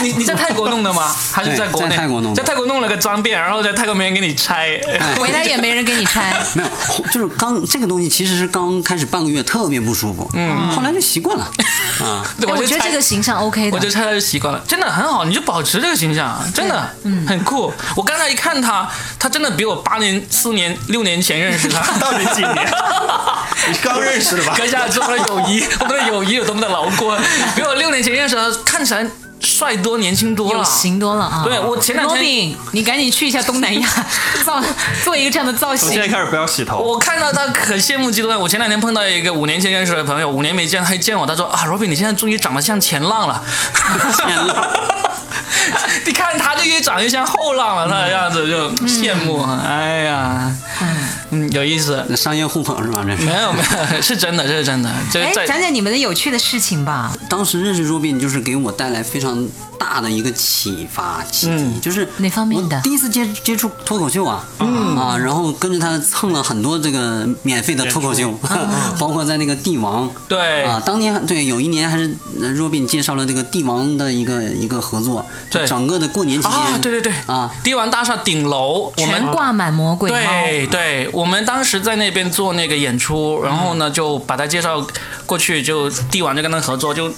你你在泰国弄的吗？还是对在国内？在泰国弄的在泰国弄了个脏辫，然后在泰国没人给你拆。回来也没人给你拆。 没有，就是刚这个东西其实是刚开始半个月特别不舒服，嗯，后来就习惯了，啊，对哎我就觉得拆这个形象 OK 我的就，猜他就习惯了，真的很好，你就保持这个形象，真的，嗯，很酷。我刚才一看他，他真的比我八年、四年、六年前认识他， 到底几年？你 刚认识的吧？ 阁下，我们的友谊，我们的友谊有多么的牢固，啊比我六年前认识他，看起来帅多、年轻多有了。型多了啊！对我前两天 Robin，你赶紧去一下东南亚， 造做一个这样的造从现在型。开始不要洗头。我看到他可羡慕嫉妒恨。我前两天碰到一个五年前认识的朋友，五年没见，他一见我，他说啊，Robin，你现在终于长得像前浪了。 前浪，你看他就越长越像后浪了，他的样子就羡慕。哎呀，嗯，有意思。商业互捧是吧？这是没有没有，是真的，这是真的。这哎，在讲讲你们的有趣的事情吧。当时认识 Robin 就是给我带来非常大的一个启发启迪，嗯就是哪方面的我第一次接接触脱口秀啊，嗯啊，然后跟着他蹭了很多这个免费的脱口秀，嗯 包括在那个帝王。对啊，当年对有一年还是呃 Robin 介绍了这个帝王的一个一个合作，就对整个的过年期间啊，对对对啊，帝王大厦顶楼，我们全挂满魔鬼猫，对对，我们当时在那边做那个演出，然后呢就把他介绍过去，就帝王就跟他合作，就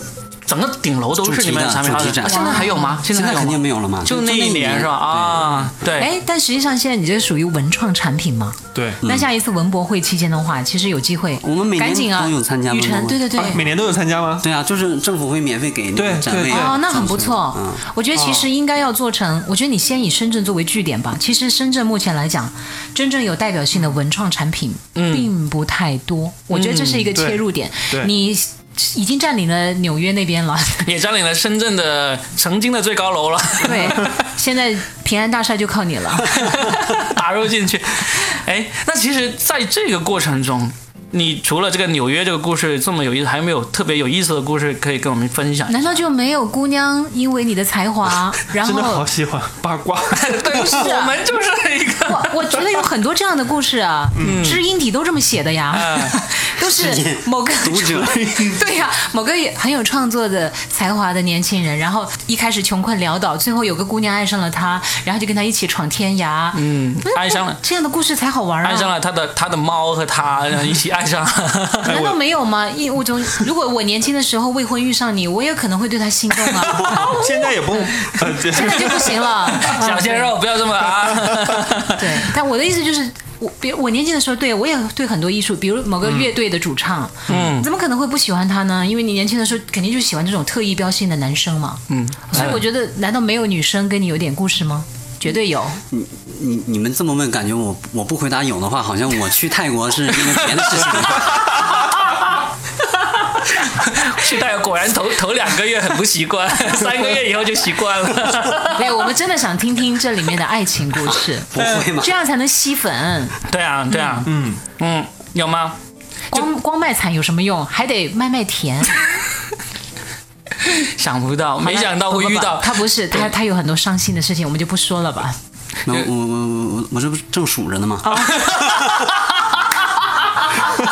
整个顶楼都是你们的产品。主题啊展现在还有吗？现现还在有肯定吗？没有了嘛，就那那一年是吧？？啊，对，哎，但实际上现在你这属于文创产品嘛？对，嗯那下一次文博会期间的话，其实有机会，我们每年赶紧啊，都有参加雨文辰，博对会啊对对。每年都有参加吗？对啊，就是政府会免费给那对个展位对对啊哦，那很不错嗯。我觉得其实应该要做成，我觉得你先以深圳作为据点吧。其实深圳目前来讲，真正有代表性的文创产品嗯并不太多。我觉得这是一个切入点对。对你已经占领了纽约那 边了，也占领了深圳的曾经的最高楼了，对，现在平安大厦就靠你了。 打入进去。哎，那其实在这个过程中。你除了这个纽约这个故事这么有意思，还有没有特别有意思的故事可以跟我们分享一下？难道就没有姑娘因为你的 才华，然真的好后？喜欢八 卦。 对，不是啊我们就是一个我我觉得有很多这样的故事啊，知音体都这么写的呀嗯， 都是某个读者 对呀、某个也很有创作的才华的年轻人，然后一开始穷困潦倒，最后有个姑娘爱上了他，然后就跟他一起闯天涯，嗯爱上了这样的故事才好玩啊！爱上了他的他的猫和他然后一起爱上 了。难道没有吗？一我总如果我年轻的时候未婚遇上你，我也可能会对他心动 啊。现在也 不用，呃，这现在就不行了，小鲜肉，不要这么啊！ 对，但我的意思就是，我比如我年轻的时候，对我也对很多艺术，比如某个乐队的主唱，嗯，怎么可能会不喜欢他呢？因为你年轻的时候肯定就喜欢这种特异标性的男生嘛，嗯，所以我觉得，难道没有女生跟你有点故事吗？绝对有，你你们这么问，感觉我我不回答有的话，好像我去泰国是因为别的 事情。去泰国果然头头两个月很不习 惯，三个月以后就习惯 了。对，我们真的想听听这里面的爱情故事，不会嘛这？样才能吸粉。对啊，对啊，嗯嗯，有吗？光光卖惨有什么用？还得卖卖甜。想不到，没想到会遇不不到不他不是他，他有很多伤心的事情，我们就不说了吧。那我我我我我这不是正数着呢哦吗？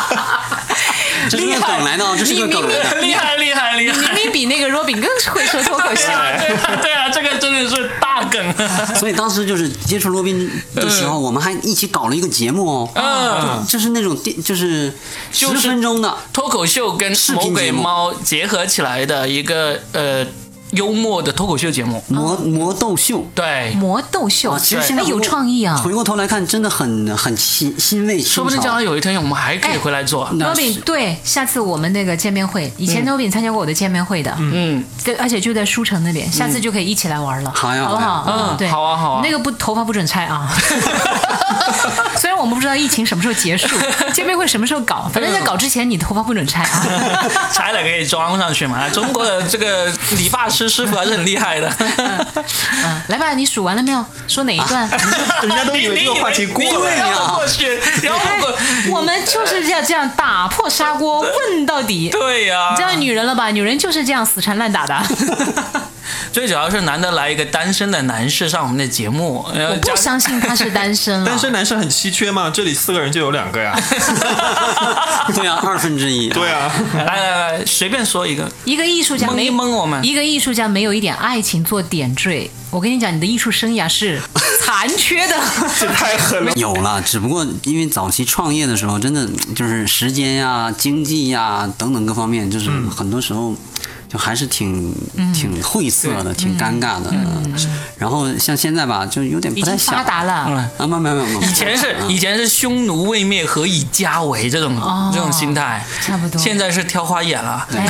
这是个梗来的，哦这是个梗来 的。厉害厉害厉明害！明比那个 Robin 更会说脱口秀对。啊，对啊，这个真的是大梗。 所以当时就是接触罗宾的时嗯候，我们还一起搞了一个节目哦，就就是那种电，就是十就是分钟的，脱口秀跟魔鬼猫结合起来的一个呃幽默的脱口秀节目。嗯魔嗯魔斗秀。 对，魔斗秀，啊，其实现在哎有回过创意啊。回过头来看，真的很很欣欣慰说说不定将来有一天我们还可以回来做。那 Robin，对，下次我们那个见面会，以前 Robin 参加过我的见面会的，嗯，对，而且就在书城那边，下次就可以一起来玩了，好呀好不好好？呀嗯对，好啊好啊那个不头发不准拆啊。虽然我们不知道疫情什么时候结束，见面会什么时候搞，反正在搞之前你头发不准拆啊。 拆了可以装上去嘛。中国的这个理发师师傅还是很厉害的。嗯，来吧，你数完了没有？说哪一段？ 人家都以为这个话题过你以了为。绕过去，绕 哎过， 我们就是要这样打破砂锅问到底。对啊呀、你知道女人了吧？女人就是这样死缠烂打的。 最主要是难得来一个单身的男士上我们的节目，呃然后我不相信他是单身了。 单身男生很稀缺嘛，这里四个人就有两个呀。 对啊，二分之一。对 啊，来来来，随便说一个，一个艺术家蒙没一蒙我们一个艺术家没有一点爱情做点缀，我跟你讲，你的艺术生涯是残缺的。这太狠了。有了，只不过因为早期创业的时候，真的就是时间呀、经济呀、等等各方面，就是很多时候就还是挺、嗯挺晦涩的，挺尴尬的。嗯然后像现在吧，就有点已不太经想发达了，啊，没有没有没有，嗯以前是啊以前是匈奴未灭，何以家为这种、哦这种心态，差不多现在是挑花眼了。哎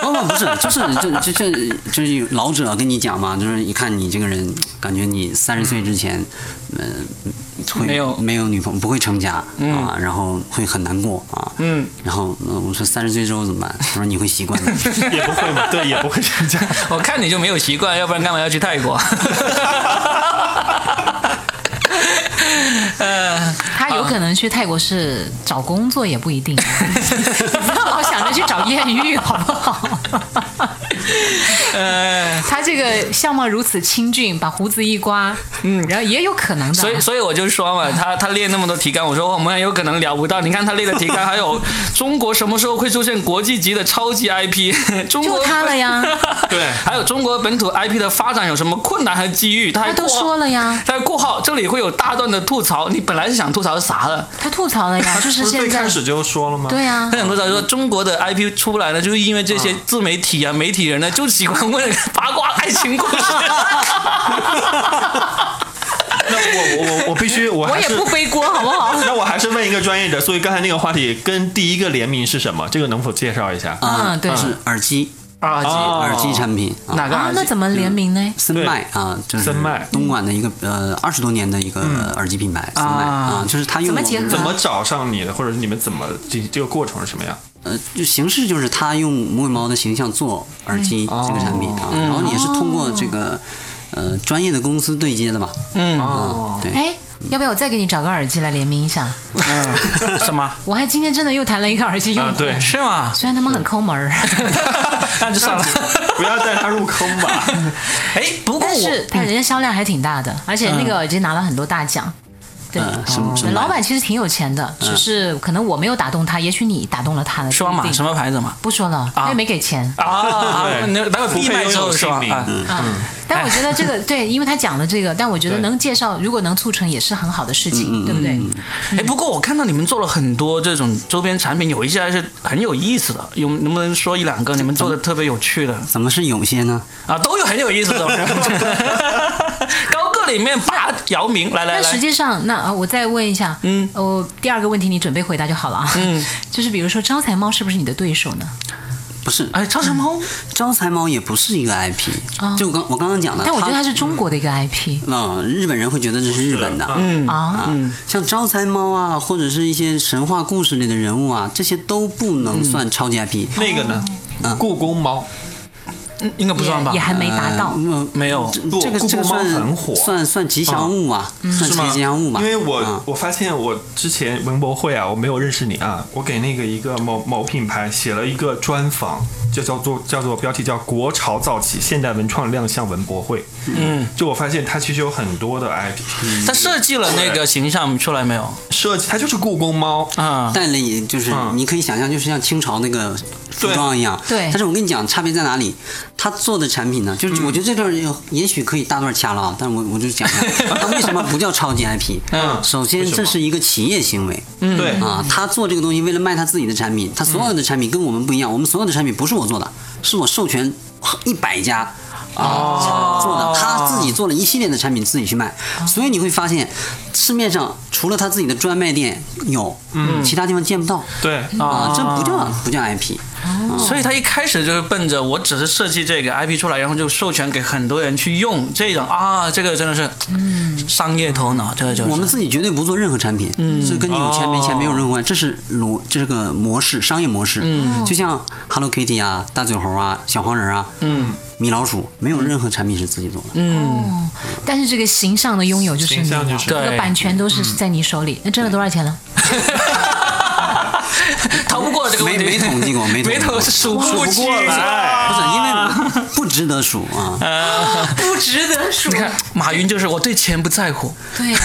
不哦不不是，就是就就就就是老者跟你讲嘛，就是一看你这个人，感觉你三十岁之前，呃，会没有没有女朋友，不会成家、啊，然后会很难过啊。嗯，然后、呃我说三十岁之后怎么办？他说你会习惯的。也不会嘛，对，也不会这样。我看你就没有习惯，要不然干嘛要去泰国？ 呃，他有可能去泰国是找工作也不一定，你不要老想着去找艳遇，好不好？呃，他这个相貌如此清俊，把胡子一刮，嗯，然后也有可能 的。所以，所以我就说嘛，他他列那么多题干，我说我们很有可能聊不到。你看他列的题干，还 有中国什么时候会出现国际级的超级 IP？中国就他了呀，对 还有中国本土 IP 的发展有什么困难和机遇？他还他都括号说了呀，他还括号这里会有大段的吐槽。你本来是想吐槽啥的？他吐槽了 呀，哎就是不是最现在开，始就说了吗？对呀、他想吐槽说中国的 IP 出不来呢，就是因为这些自媒体嗯啊、媒体人呢，就喜欢问 八卦爱情 故事。 那我我我我必须，我我还也是不背锅，好不好？那我还是问一个专业的，所以刚才那个话题跟第一个联名是什么？这个能否介绍一下？啊嗯对是耳机，啊，哦耳机产品啊。哪个啊耳，机？那怎么联名呢？森对麦啊，就是森麦东莞的一个呃二十多年的一个耳机品牌，森麦啊啊，就是它怎用么我们结合怎么找上你的，或者是你们怎么这这个过程是什么样？呃，就形式就是它用魔鬼猫的形象做耳机哦这个产品啊，嗯然后也是通过这个呃专业的公司对接的嘛，嗯啊，对，哎，要不要我再给你找个耳机来联名一下？嗯，什么？我还今天真的又谈了一个耳机用户，啊 对是吗？虽然他们很抠门儿， 那就算了。不要带他入坑吧。 哎，不过但我是他人家销量还挺大的，而且那个耳机拿了很多大奖。对，哦呃，什么什么老板其实挺有钱的，只是可能我没有打动他，也许你打动了他了。说不嘛，一定什么牌子嘛？不说了，因为没给钱。啊，那等会闭麦之后说不配拥有啊姓。嗯，但我觉得这个对，因为他讲了这个，但我觉得对能介绍，如果能促成，也是很好的事情，对不对？哎，不过我看到你们做了很多这种周边产品，有一些还是很有意思的，有能不能说一两个你们做的特别有趣的怎么是有些呢？啊？都有很有意思 的。高个里面拔姚明，来来那实来，际上，那啊，我再问一下，呃嗯，我第二个问题你准备回答就好了啊。嗯， 就是比如说招财猫是不是你的对手呢？不是哎，超神猫，招财猫也不是一个 IP，啊哦就我刚我刚刚讲的，但我觉得它它是中国的一个 IP 嗯，日本人会觉得这是日本的，嗯啊，啊，像招财猫啊，或者是一些神话故事里的人物啊，这些都不嗯能算超级 IP，那个呢嗯？故宫猫，嗯应该不算吧也？还没达到呃。嗯没有这不这个故这个宫猫算很火嗯算算吉祥物嘛，嗯算是吗吉祥物嘛，因为啊我我发现我之前文博会啊，我没有认识你啊，我给那个一个某某品牌写了一个专访，就叫做叫做标题叫“国潮造起，现代文创亮相文博会”。嗯，就我发现它其实有很多的 IP，他设计了那个形象出来没有？设计它就是故宫猫，啊，带了也就是嗯你可以想象，就是像清朝那个服装一样。对但是我跟你讲，差别在哪里？他做的产品呢，就是嗯我觉得这段也也许可以大段掐了啊，但我我就讲一下，他为什么不叫超级 IP？嗯首先为什这么嗯是一个企业行为。嗯对，啊，他做这个东西为了卖他自己的产品，他所有的产品跟我们不一样，我们所有的产品不是我做的，是我授权一百家啊做的，他自己做了一系列的产品自己去卖，所以你会发现市面上除了他自己的专卖店有，其他地方见不到。对，啊，这不叫不叫 IP，所以他一开始就是奔着我只是设计这个 IP 出来，然后就授权给很多人去用，这种啊，这个真的是，商业头脑，这个就是 我们自己绝对不做任何产品，这跟你有钱没钱没有任何关系，这是逻这是个模式，商业模式。就像 Hello Kitty 啊、大嘴猴啊、小黄人啊、嗯、米老鼠，没有任何产品是自己做的。哦，但是这个形象的拥有就是你形了，象这就是对个版权都是在你手里。那挣了多少钱了？逃不过这个问没题，没统计 过，没没统头计数不清过来哎过，不是因为不值得数啊。不值得数你看，马云就是我对钱不在乎，对啊呀、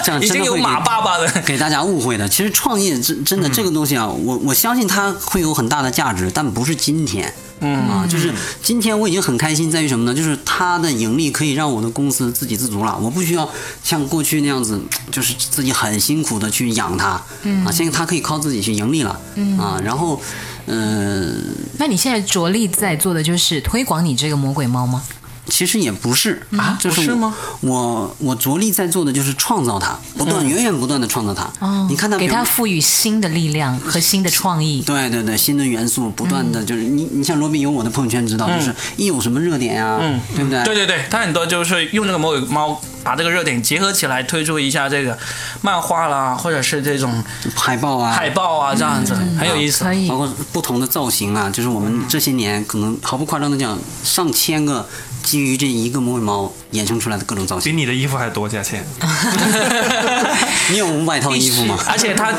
这样已真经的有会马给爸嗯爸的。 给大家误会的。其实创业真真的这个东西啊，我我相信它会有很大的价值，但不是今天。嗯啊，就是今天我已经很开心，在于什么呢？就是它的盈利可以让我的公司自给自足了，我不需要像过去那样子，就是自己很辛苦的去养它。嗯啊，现在它可以靠自己去盈利了。嗯啊，然后，嗯、那你现在着力在做的就是推广你这个魔鬼猫吗？其实也不是啊，就是不是我吗？我我着力在做的就是创造它，不嗯断源源不断的创造它。哦，你看它，给它赋予新的力量和新的创意。对对对，新的元素不断的就是你，你像罗宾有我的朋友圈知道，就是一有什么热点呀，对不嗯对？对对对，他很多就是用这个魔鬼猫把这个热点结合起来，推出一下这个漫画啦，或者是这种海报啊，海报啊，这样子很有意思可。以包，括不同的造型啊，就是我们这些年可能毫不夸张的讲，上千个基于这一个魔鬼猫衍生出来的各种造比型。你的衣服还多，价钱。嗯嗯 你有五百套衣服吗？而且他，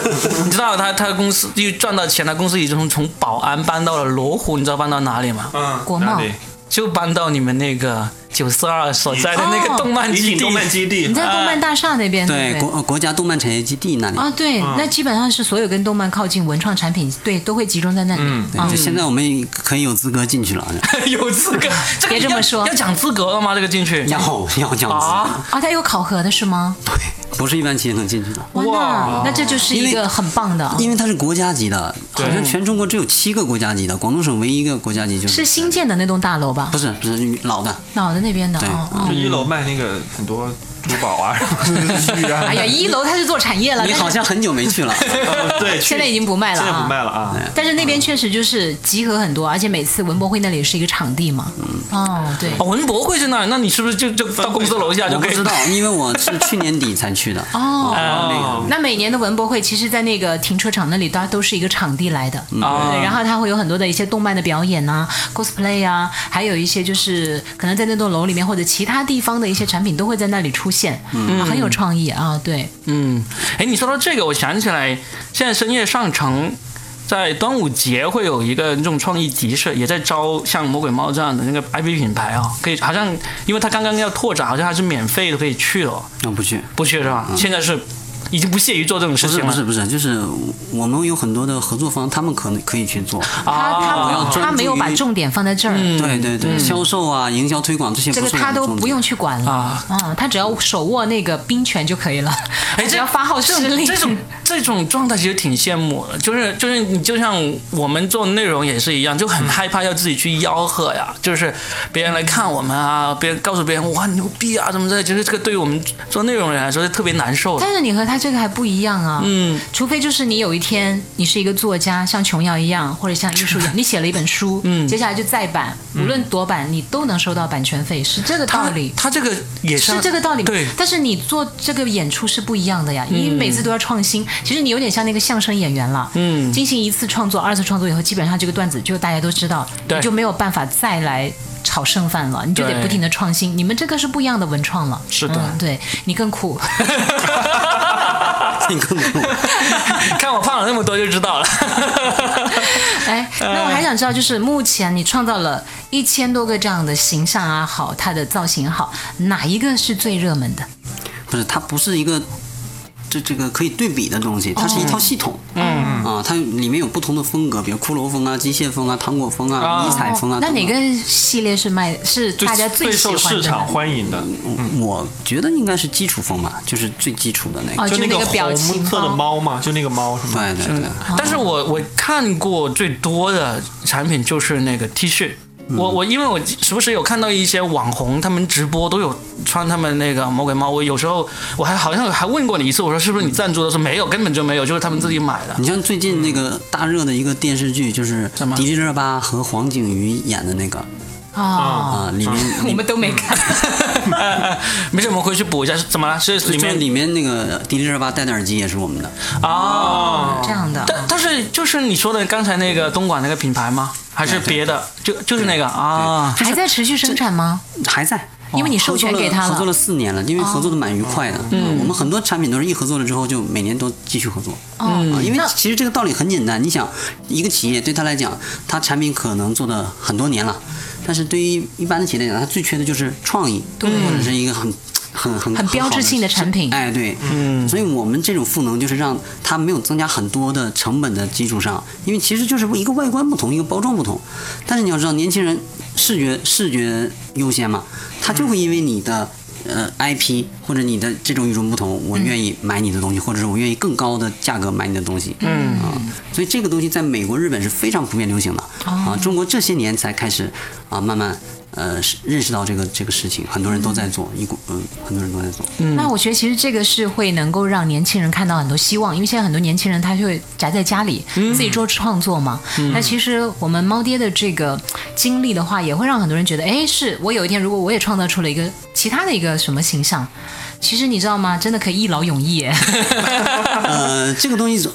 你知道他他公司又赚到钱，他公司已经从保安搬到了罗湖，你知道搬到哪里吗？嗯，国贸哪里就搬到你们那个九四二所在的那个哦动漫基一地。动漫基地啊你，在动漫大厦那边对对，不国对？呃国家动漫产业基地那里。啊，对，那基本上是所有跟动漫靠近文创产品，对，都会集中在那里。嗯对啊就现在我们可以有资格进去了， 有资格？个别这么要说要讲资格了吗？这个进去 要要这样子，啊，啊，它有考核的是吗？对，不是一般企业能进去的。哇，那那这就是一因个为很棒的啊，因为它是国家级的，好像全中国只有七个国家级的，广东省唯一一个国家级就是新建的那栋大楼吧不？是不是老的，老的那边的对哦哦就一楼卖那个很多珠宝啊，玉啊。 哎呀，一楼它是做产业了，你但是好像很久没去了。 哦对，去现在已经不卖了现在不啊。卖了啊。但是那边确实就是集合很多，而且每次文博会那里是一个场地嘛。哦，对，哦文博会在那儿，那你是不是就就到公司楼下就我可不以知？道，因为我是去年底才去的。 哦。呃哦，那每年的文博会，其实，在那个停车场那里，它都是一个场地来的。啊对，然后它会有很多的一些动漫的表演啊，cosplay 啊，还有一些就是可能在那栋楼里面或者其他地方的一些产品都会在那里出现，啊很有创意啊。对，嗯，哎，你说到这个，我想起来，现在深夜上城在端午节会有一个这种创意集市，也在招像魔鬼猫这样的那个 IP 品牌啊、可以好像因为它刚刚要拓展，好像还是免费的可以去了，那不去。不去是吧？现在是已经不屑于做这种事嗯不是情了，不是不是，就是我们有很多的合作方，他们可能可以去做。他啊他要啊他专注没有把于重点放在这儿，嗯对对对，销售啊、营销推广这些不这是个我们他都重点不用去管了啊啊，他只要手握那个兵权就可以了，哎， 只这要发号施令。这 种这种状态其实挺羡慕的，就是就是你就像我们做内容也是一样，就嗯很害怕要自己去吆喝呀，就是别人来看我们啊，别人告诉别人哇牛逼啊什么之类，就是这个对于我们做内容的人来说是特别难受的。但是你和他这个还不一样啊，嗯，除非就是你有一天你是一个作家，像琼瑶一样，或者像艺术一样，你写了一本书，嗯，接下来就再版，无论多版，你都能收到版权费，是这个道他理。他这个也是这个道理，啊对，嗯但是你做这个演出是不一样的呀，你每次都要创新。其实你有点像那个相声演员了，嗯，进行一次创作、二次创作以后，基本上这个段子就大家都知道，对你就没有办法再来炒剩饭了，你就得对不停的创新。你们这个是不一样的文创了，是的嗯对你更苦。 你更不用看我胖了那么多就知道了。 哎，那我还想知道，就是目前你创造了一千多个这样的形象啊，好，它的造型好，哪一个是最热门的？不是，它不是一个这这个可以对比的东西，它是一套系统。嗯啊，它里面有不同的风格，比如骷髅风啊、机械风啊、糖果风啊、迷彩风啊。哦那等等哪个系列是卖是最大家最喜受欢市的呢场？欢迎的，我觉得应该是基础风吧，就是最基础的那个。哦，就那那个表情红色的包猫嘛，就那个猫是吗？对对对，哦但是我我看过最多的产品就是那个 T 恤，我我因为我时不时有看到一些网红，他们直播都有穿他们那个魔鬼猫。我有时候我还好像还问过你一次，我说是不是你赞助的？说没有，根本就没有，就是他们自己买 的。你像最近那个大热的一个电视剧，就是什么迪丽热巴和黄景瑜演的那个啊，啊，里面我们都没看。没事，我们回去补一下。是怎么了？是里里面面里面那个迪丽热巴戴的耳机也是我们的，嗯哦，这样的但但是就是你说的刚才那个东莞那个品牌吗？还是别的？就就是那个啊。还在持续生产吗？还在。因为你授权给他哦合作了，合作了了四年了，因为合作的蛮愉快的。嗯，我们很多产品都是一合作了之后就每年都继续合作。哦啊，因为那其实这个道理很简单，你想，一个企业对他来讲，他产品可能做的很多年了，但是对于一般的企业来讲，他最缺的就是创意，对，或者是一个很很很很标志性的产品哎，对，嗯，所以我们这种赋能就是让它没有增加很多的成本的基础上，因为其实就是一个外观不同，一个包装不同，但是你要知道，年轻人视觉视觉优先嘛，他就会因为你的。呃，IP 或者你的这种与众不同，我愿意买你的东西，或者是我愿意更高的价格买你的东西，嗯啊，所以这个东西在美国、日本是非常普遍流行的、啊。中国这些年才开始啊，慢慢呃是认识到这个这个事情，很多人都在做，一股嗯、很多人都在做，那我觉得其实这个是会能够让年轻人看到很多希望，因为现在很多年轻人他就会宅在家里、嗯自己做创作嘛。那其实我们猫爹的这个经历的话，也会让很多人觉得，哎，是我有一天如果我也创造出了一个其他的一个什么形象，其实你知道吗？真的可以一劳永逸 耶。呃，这个东西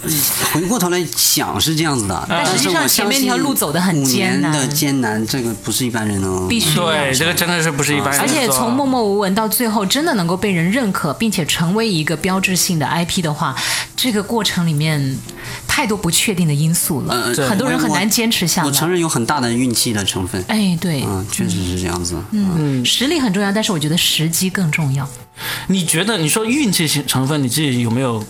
回过头来想是这样子的，嗯但实际上前我相面那条信路走得很五艰年难的艰难，这个不是一般人哦能必须对，这个真的是不是一般人而且做的从默默无闻到最后真的能够被人认可，并且成为一个标志性的 IP 的话，这个过程里面太多不确定的因素了，呃，很多人很我难坚持下我承来。认有很大的运气的成分，哎，对，嗯，确实是这样子，嗯。嗯，实力很重要，但是我觉得时机更重要。你觉得你说运气成成分，你自己有没有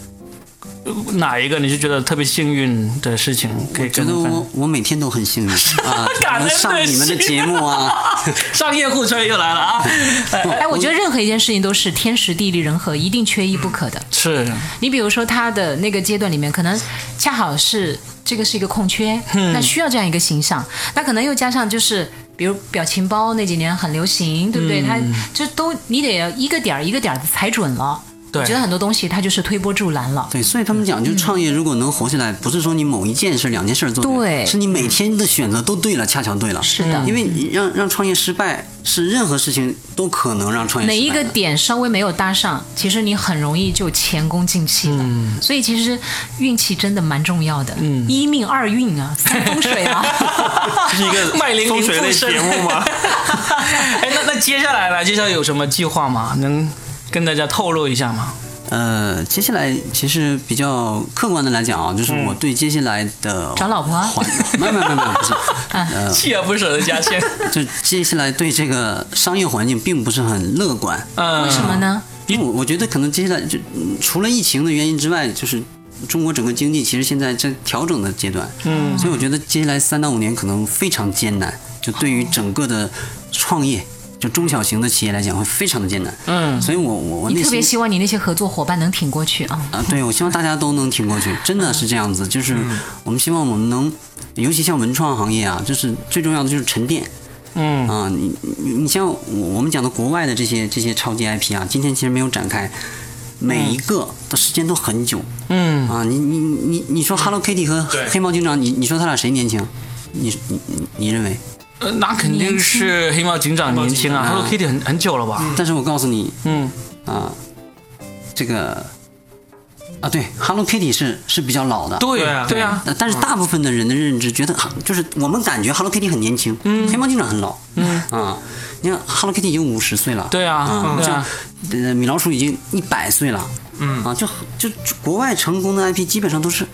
呃哪一个你是觉得特别幸运的事情可以觉跟得我们分我我每天都很幸运 啊，感恩能的上你们的心节目啊，商业互吹又来了啊！哎哎，我觉得任何一件事情都是天时地利人和，一定缺一不可的。是，你比如说他的那个阶段里面，可能恰好是这个是一个空缺，那需要这样一个形象，那可能又加上就是。比如表情包那几年很流行，对不对？它就都你得要一个点儿一个点儿的踩准了。对我觉得很多东西它就是推波助澜了。 对，所以他们讲，就创业如果能活下来，不是说你某一件事、两件事做对是你每天的选择都对了，恰巧对了。是的因为你让让创业失败是任何事情都可能让嗯创业失败每的。一个点稍微没有搭上，其实你很容易就前功尽弃了。嗯所以其实运气真的蛮重要的，一命二运 啊，三风水啊。是一 个麦玲风玲水附类身节目吗？ 哎，那那接下来呢？接下来有什么计划吗？能跟大家透露一下吗？呃，接下来其实比较客观的来讲啊，就是我对接下来的找老婆嗯啊环，没有没有没有没有不 是，呃嗯锲而不舍的 加薪，就接下来对这个商业环境并不是很乐观。嗯，为什么？呢？因为我我觉得可能接下来就嗯除了疫情的原因之外，就是中国整个经济其实现在在调整的阶段，嗯，所以我觉得接下来三到五年可能非常艰难，就对于整个的创业，就中小型的企业来讲会非常的艰难，嗯，所以我我我你内特别心希望你那些合作伙伴能挺过去啊。啊，对，我希望大家都能挺过去，真的是这样子。就是我们希望我们能，尤其像文创行业啊，就是最重要的就是沉淀。嗯啊，你你你像我我们讲的国外的这些这些超级 IP 啊，今天其实没有展开，每一个的时间都很久。嗯啊，你你你你说 Hello Kitty 和对黑猫警长，你你说他俩谁年轻？你你你你认为？呃那肯定是黑猫警长年轻啊长，Hello Kitty 很很久了吧？但是我告诉你，嗯，啊，这个啊，对，Hello Kitty 是是比较老的。对对啊对啊，呃但是大部分的人的认知觉得，很，就是我们感觉 Hello Kitty 很年轻，黑猫警长很老，嗯啊，你看 Hello Kitty 已经五十岁了，对啊啊，嗯对啊像呃米老鼠已经一百岁了，嗯啊，就就就国外成功的 IP 基本上都是。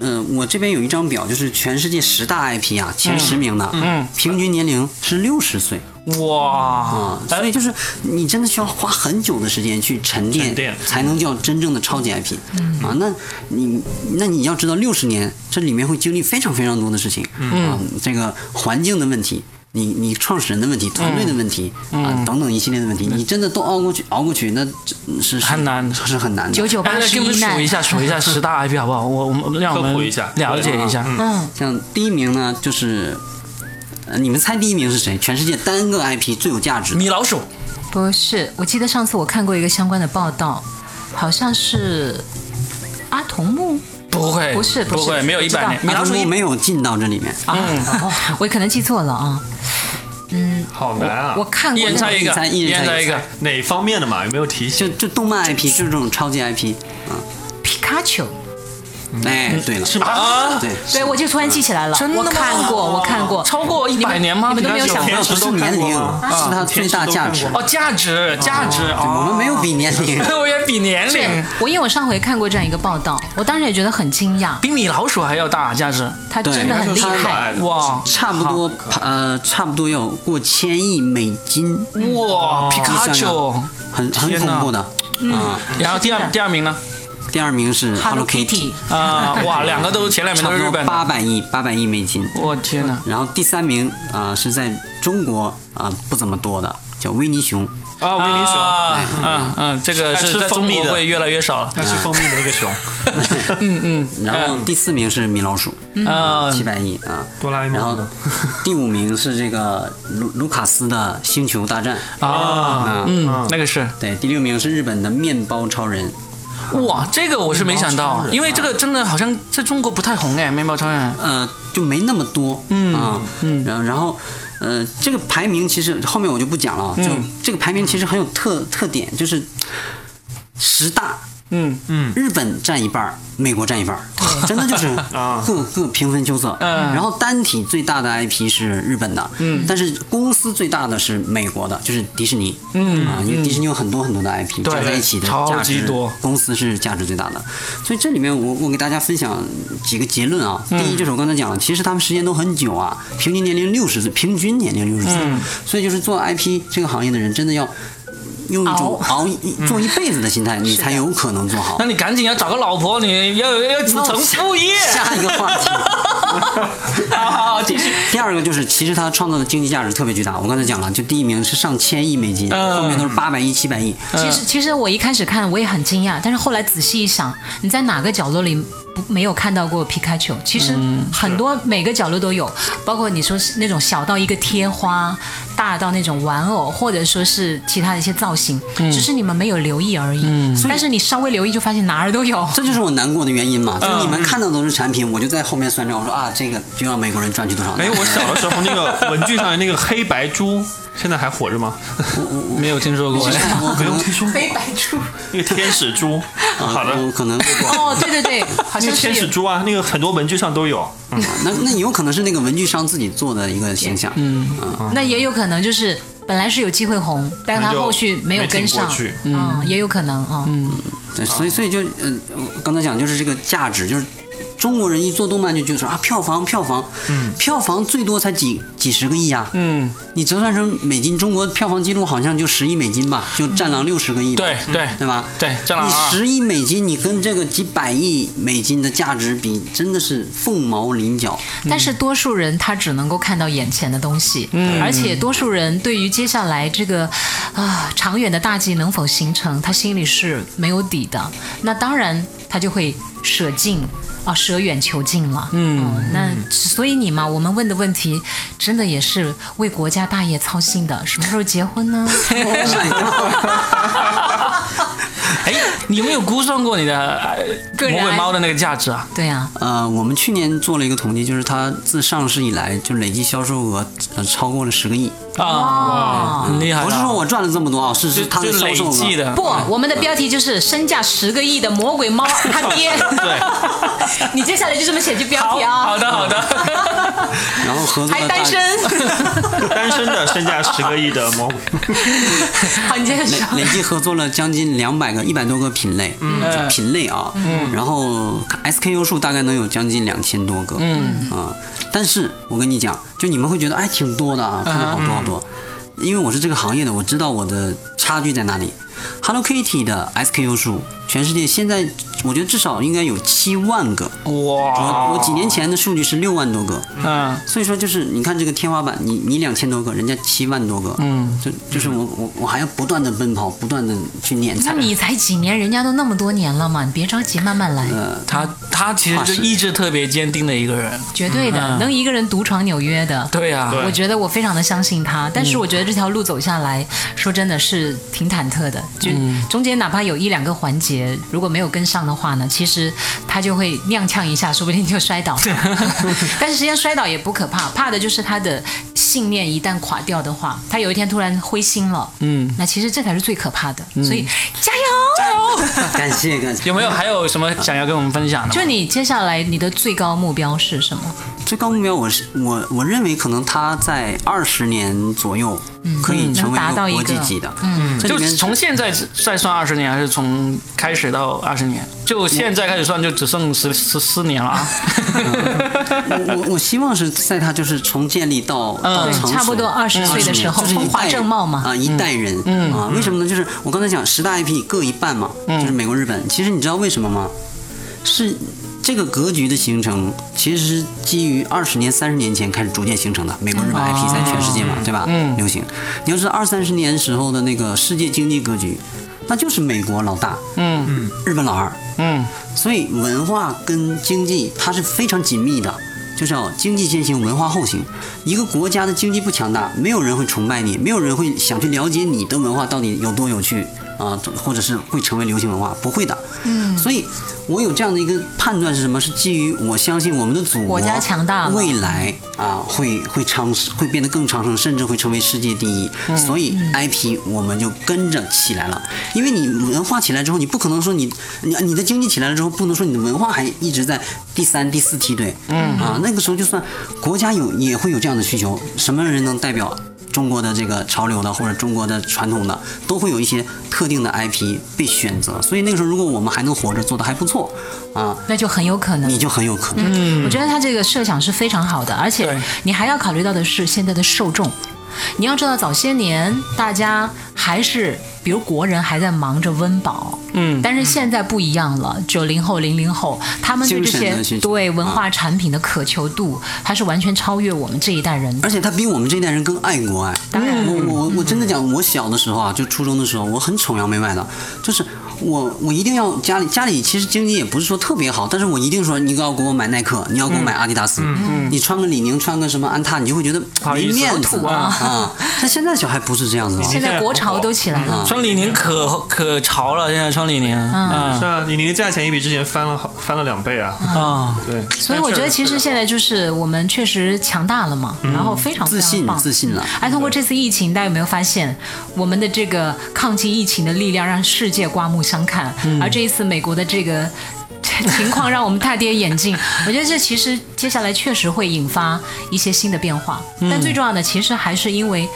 嗯、我这边有一张表，就是全世界十大 IP 啊，前十名的，嗯，平均年龄是六十岁哇嗯啊，，哎所以就是你真的需要花很久的时间去沉淀，沉淀才能叫真正的超级 IP、啊。嗯那你那你要知道，六十年这里面会经历非常非常多的事情，嗯啊，这个环境的问题。你你创始人的嗯问题、团队的问题、啊等等一系列的问题，你真的都熬过去，熬过去那这是是很难是很难的。九九哎八来十给我们一数一难。下数一下十大 IP 好不好？我我们让我科普们一下啊了解一下，嗯，像第一名呢，就是呃你们猜第一名是谁？全世界单个 IP 最有价嗯值的米老鼠，不是，我记得上次我看过一个相关的报道，好像是阿童木。不会，不是不不是会，没有我一知道百年。米阿老鼠童木一啊没有进到这里面。嗯啊，哦我可能记错了啊，好难啊！我看一过人那猜个一个，一人猜一人人猜猜一一个。哪方面的嘛？有没有提就醒？就动漫 IP，就是这种超级 IP。皮卡丘，哎，对了，是吗？啊，对，对我就突然记起来了，真的我吗看过，我看过，超过一百年吗？你们都没有想那过天不使是都年看过龄，吗是它啊最大价值天使都看过。吗哦，价值价值对我哦，，们没有比年龄 我也比年龄， 我因为我上回看过这样一个报道，我当时也觉得很惊讶，比米老鼠还要大价值，他对真的很厉他哎害，哇 差不多呃，差不多有过千亿美金，哇，皮卡你想丘。很很恐怖的啊。然后第二第二名呢？第二名是 Hello Hello Kitty， Kitty 啊，哇，两个都前两名差都不是日多本的，八百亿八百亿美金。我天哪！然后第三名啊、呃是在中国啊、呃不怎么多的，叫维尼熊。啊，维尼熊，啊，嗯嗯，这个爱是吃在中蜂蜜国的会越来越少了。那是蜂蜜的那个熊，然后第四名是米老鼠，啊，七百亿啊。嗯哆啦 A 然后 梦。第五名是这个卢卢卡斯的《星球大战》啊，嗯，那个是对，第六名是日本的面包超人，哇，这个我是没想到，因为这个真的好像在中国不太红哎，面包超人。呃，就没那么多，嗯啊，嗯，然后然后，呃，这个排名其实后面我就不讲了嗯啊，就这个排名其实很有特特点，就是十大。嗯嗯，日本占一半儿，美国占一半儿， 真的就是各各平分秋色。嗯然后单体最大的 IP 是日本的，嗯，但是公司最大的是美国的，就是迪士尼，嗯啊，因为迪士尼有很多很多的 IP 对加在一起的超价级值多公司是价值最大的。所以这里面我我给大家分享几个结论啊。第一，就是我刚才讲了，其实他们时间都很久啊，平均年龄六十岁，平均年龄六十岁，所以就是做 IP 这个行业的人真的要。用一种熬一做一辈子的心态，你才有可能做好那。你赶紧要找个老婆，你要要子承父业。下一个话题， 好好，继续。第二个就是，其实它创造的经济价值特别巨大。我刚才讲了，就第一名是上千亿美金，嗯后面都是八百亿、七百亿。其实，其实我一开始看我也很惊讶，但是后来仔细一想，你在哪个角落里不没有看到过皮卡丘？其实嗯很多每个角落都有，包括你说是那种小到一个贴花，大到那种玩偶，或者说是其他的一些造型，嗯只是你们没有留意而已。但是你稍微留意就发现哪儿都有。这就是我难过的原因嘛，就是你们看到的都是产品，我就在后面算账，我说啊，这个就让美国人赚取多少？哎，我小的时候那 个文具上的那个黑白猪，现在还活着吗？没有听说过哎，我可没有能听说过黑白猪。那个天使猪。啊好的，我可能 哦，对对对，好那像个是天使有。猪啊，那个很多文具上都有。嗯，那那有可能是那个文具商自己做的一个形象，嗯，那也有可能就是本来是有机会红，但是他啊那就后续没有没挺跟上过去，嗯，也有可能啊。对，所以所以就嗯，我刚才讲就是这个价值，就是中国人一做动漫就觉得说啊，票房票房，嗯，票房最多才几几十个亿啊，嗯，你折算成美金，中国票房记录好像就十亿美金吧，就《战狼》六十个亿吧，嗯对嗯对对吧？对战狼你二十亿美金，你跟这个几百亿美金的价值比，真的是凤毛 麟角。但是多数人他只能够看到眼前的东西，而且多数人对于接下来这个啊长远的大计能否形成，他心里是没有底的。那当然，他就会舍近啊，舍远求近了。嗯，那所以你嘛，我们问的问题真的也是为国家大业操心的。什么时候结婚呢？ 哎，你有没有估算过你的呃个人魔鬼爱猫的那个价值啊？对啊，呃，我们去年做了一个统计，就是它自上市以来就累计销售额呃超过了十个亿。啊，很厉害了！不是说我赚了这么多啊，是就是它的就销累售计额。的，不，我们的标题就是身价十个亿的魔 鬼猫他爹。对， 你接下来就这么写句标好题啊。好的好的，然后合作还了大单身， 单身的身价十个亿的魔鬼，好，你接着说。累 累计合作了将近两百个、一百多个品类，嗯品类啊，嗯，然后 SKU 数大概能有将近两千多个，嗯啊，但是我跟你讲，就你们会觉嗯得哎挺多的啊，看到好多好多，因为我是这个行业的，我知道我的差距在哪里。 Hello Kitty 的 SKU 数，全世界现在我觉得至少应该有七万个。哇，我我几年前的数据是六万多个，嗯所以说就是你看这个天花板，你你两千多个，人家七万多个，嗯，就就是我我我还要不断的奔跑，不断的去碾那踩。你才几年，人家都那么多年了嘛，你别着急，慢慢来，呃他他其实话就事意志特别坚定的一个人，绝对嗯的，能一个人独闯纽约的。对啊，对我觉得我非常的相信他，但是我觉得这条路走下来，说真的是挺忐忑的。就中间哪怕有一两个环节如果没有跟上的话呢，其实他就会踉跄一下，说不定就摔 倒了。但是实际上摔倒也不可怕，怕的就是他的信念一旦垮掉的话，他有一天突然灰心了，嗯，那其实这才是最可怕的。所以加油！加油！ 感谢感谢。 有没有还有什么想要跟我们分享的吗？就你接下来你的最高目标是什么？最高目标，我是我我认为可能它在二十年左右可以成为嗯能达到一一个个国际级的。嗯，这里就面从现在再算二十年，还是从开始到二十年？就现在开始算，就只剩十十四年了啊！我我我希望是在它就是从建立到到成熟嗯差不多二十岁的时候，就是一代风华正茂嘛。啊，一代人啊，为什么呢？就是我刚才讲十大 IP 各一半嘛，就是美国、日本。其实你知道为什么吗？是这个格局的形成，其实是基于二十年、三十年前开始逐渐形成的。美国、日哦本 IP 在全世界嘛，对吧？嗯，流行。你要知道二三十年时候的那个世界经济格局，那就是美国老大，嗯嗯，日本老二，嗯，所以文化跟经济它是非常紧密的，就是要经济先行，文化后行。一个国家的经济不强大，没有人会崇拜你，没有人会想去了解你的文化到底有多有趣啊、或者是会成为流行文化，不会的。嗯，所以我有这样的一个判断是什么？是基于我相信我们的祖国国家强大了未来啊会会昌会变得更昌盛，甚至会成为世界第一。所以 IP 我们就跟着起来了，因为你文化起来之后，你不可能说你你你的经济起来了之后，不能说你的文化还一直在第三、第四梯队。嗯啊，那个时候就算国家有也会有这样的需求，什么人能代表？中国的这个潮流的或者中国的传统的，都会有一些特定的 IP 被选择，所以那个时候如果我们还能活着，做的还不错，啊，那就很有可能你。就很有可能。我觉得他这个设想是非常好的，而且对你还要考虑到的是现在的受众。你要知道，早些年大家还是，比如国人还在忙着温饱，嗯但是现在不一样了。九零后、零零后，他们对这精神的些需求对文啊化产品的渴求度，还是完全超越我们这一代人的而。且他比我们这一代人更爱国爱。当然嗯我我我真的讲，我小的时候啊，就初中的时候，我很崇洋媚外的，就是我我一定要家里家里其实经济也不是说特别好，但是我一定说你要给我买耐克，你要给我买阿迪达斯，嗯你穿个李宁，穿个什么安踏，你就会觉得好意没思面好子土啊啊。但现在小孩不是这样子了， 现在国潮都起嗯来了，穿李宁可可潮了，现在穿李宁，嗯是啊，李宁的价钱也比之前翻了好翻了两倍啊。啊，对，所以我觉得其实现在就是我们确实强大了嘛，然后非常嗯自信非常棒自信了。哎，通过这次疫情，大家有没有发现我们的这个抗击疫情的力量让世界刮目相看？嗯而这一次美国的这个 情况让我们大跌眼镜。我觉得这其实接下来确实会引发一些新的变化，嗯但最重要的其实还是因为。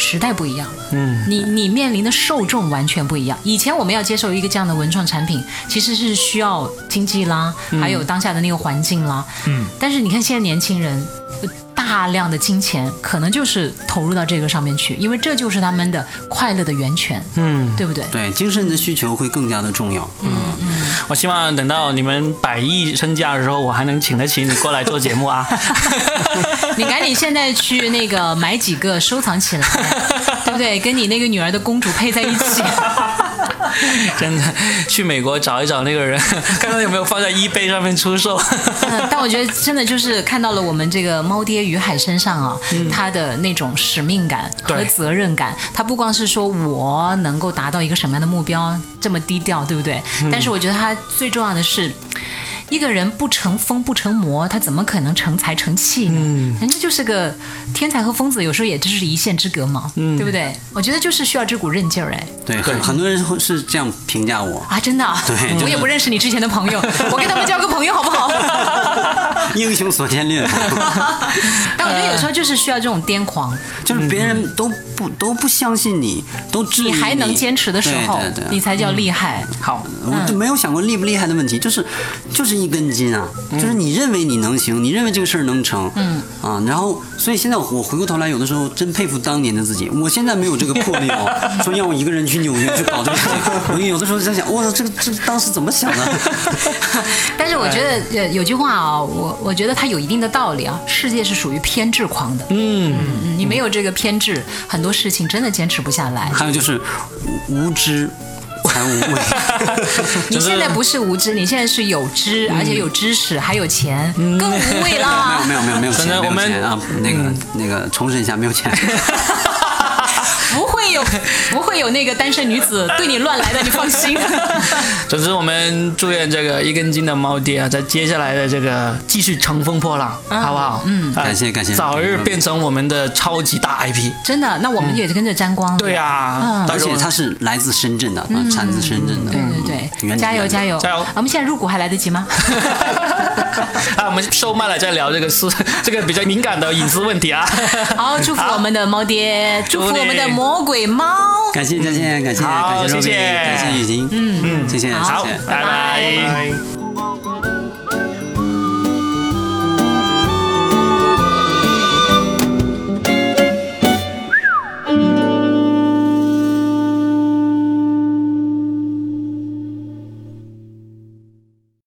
时代不一样了，嗯，你你面临的受众完全不一样。以前我们要接受一个这样的文创产品，其实是需要经济啦，还有当下的那个环境啦，嗯。但是你看现在年轻人，呃大量的金钱可能就是投入到这个上面去，因为这就是他们的快乐的源泉，嗯，对不对？对精神的需求会更加的重要。嗯，我希望等到你们百亿身价的时候，我还能请得起你过来做节目啊！你赶紧现在去那个买几个收藏 起来，对不对？跟你那个女儿的公主配在一起，真的去美国找一找那个人，看他有没有放在 eBay 上面出售。 嗯但我觉得真的就是看到了我们这个猫爹于海身上啊，他的那种使命感和对责任感。他不光是说我能够达到一个什么样的目标，这么低调，对不对？但是我觉得他最重要的是。一个人不成风不成魔，他怎么可能成才成器呢？人家就是个天才和疯子，有时候也就是一线之隔嘛，对不对？我觉得就是需要这股韧劲儿哎对，很很多人会是这样评价 我。啊，真的啊，对我也不认识你之前的朋友，我跟他们交个朋友好不好？ 英雄所见略同。但我觉得有时候就是需要这种癫狂，就是别人都不都不相信你，都质疑你你还能坚持的时候对对，嗯对你才叫厉害。 好，我就没有想过厉不厉害的问题，就是就是一根筋啊，嗯就是你认为你能行，你认为这个事儿能成，嗯啊，然后所以现在我回过头来，有的时候真佩服当年的自己，我现在没有这个魄 力哦，说让我一个人去纽约去搞这个事情，我有的时候在想，我操，这个这个当时怎么想 的？但是我觉得呃有句话啊、我我觉得它有一定的道理啊。世界是属于偏执狂的，嗯嗯，你没有这个偏执，很多事情真的坚持不下来。还有就是无知才无 畏，你现在不是无知，你现在是有知，而且有知识，还有钱，更无 啊畏啦。嗯 没有没有没有真的钱，没我有们嗯钱啊，那个那个重申一下，没有钱。不会有，不会有那个单身女子对你乱来的，你放心。 总之我们祝愿这个一根筋的猫爹啊，在接下来的这个继续乘风破浪，好不好？嗯，感谢感谢早日变成我们的超级大 IP。真的，那我们也跟着沾光。对啊，到而时候且它是来自深圳的，啊产自深圳的，嗯对对对，原汁加油原味加油加油啊我们现在入股还来得及吗？ 啊，我们收麦了，再聊这个是这个比较敏感的隐私问题啊。好，祝福我们的猫爹，祝福祝你我们的魔鬼猫。感谢，再见，感谢，好感谢谢 Robin，谢感谢雨晴，嗯嗯，谢谢，好谢谢。拜拜拜。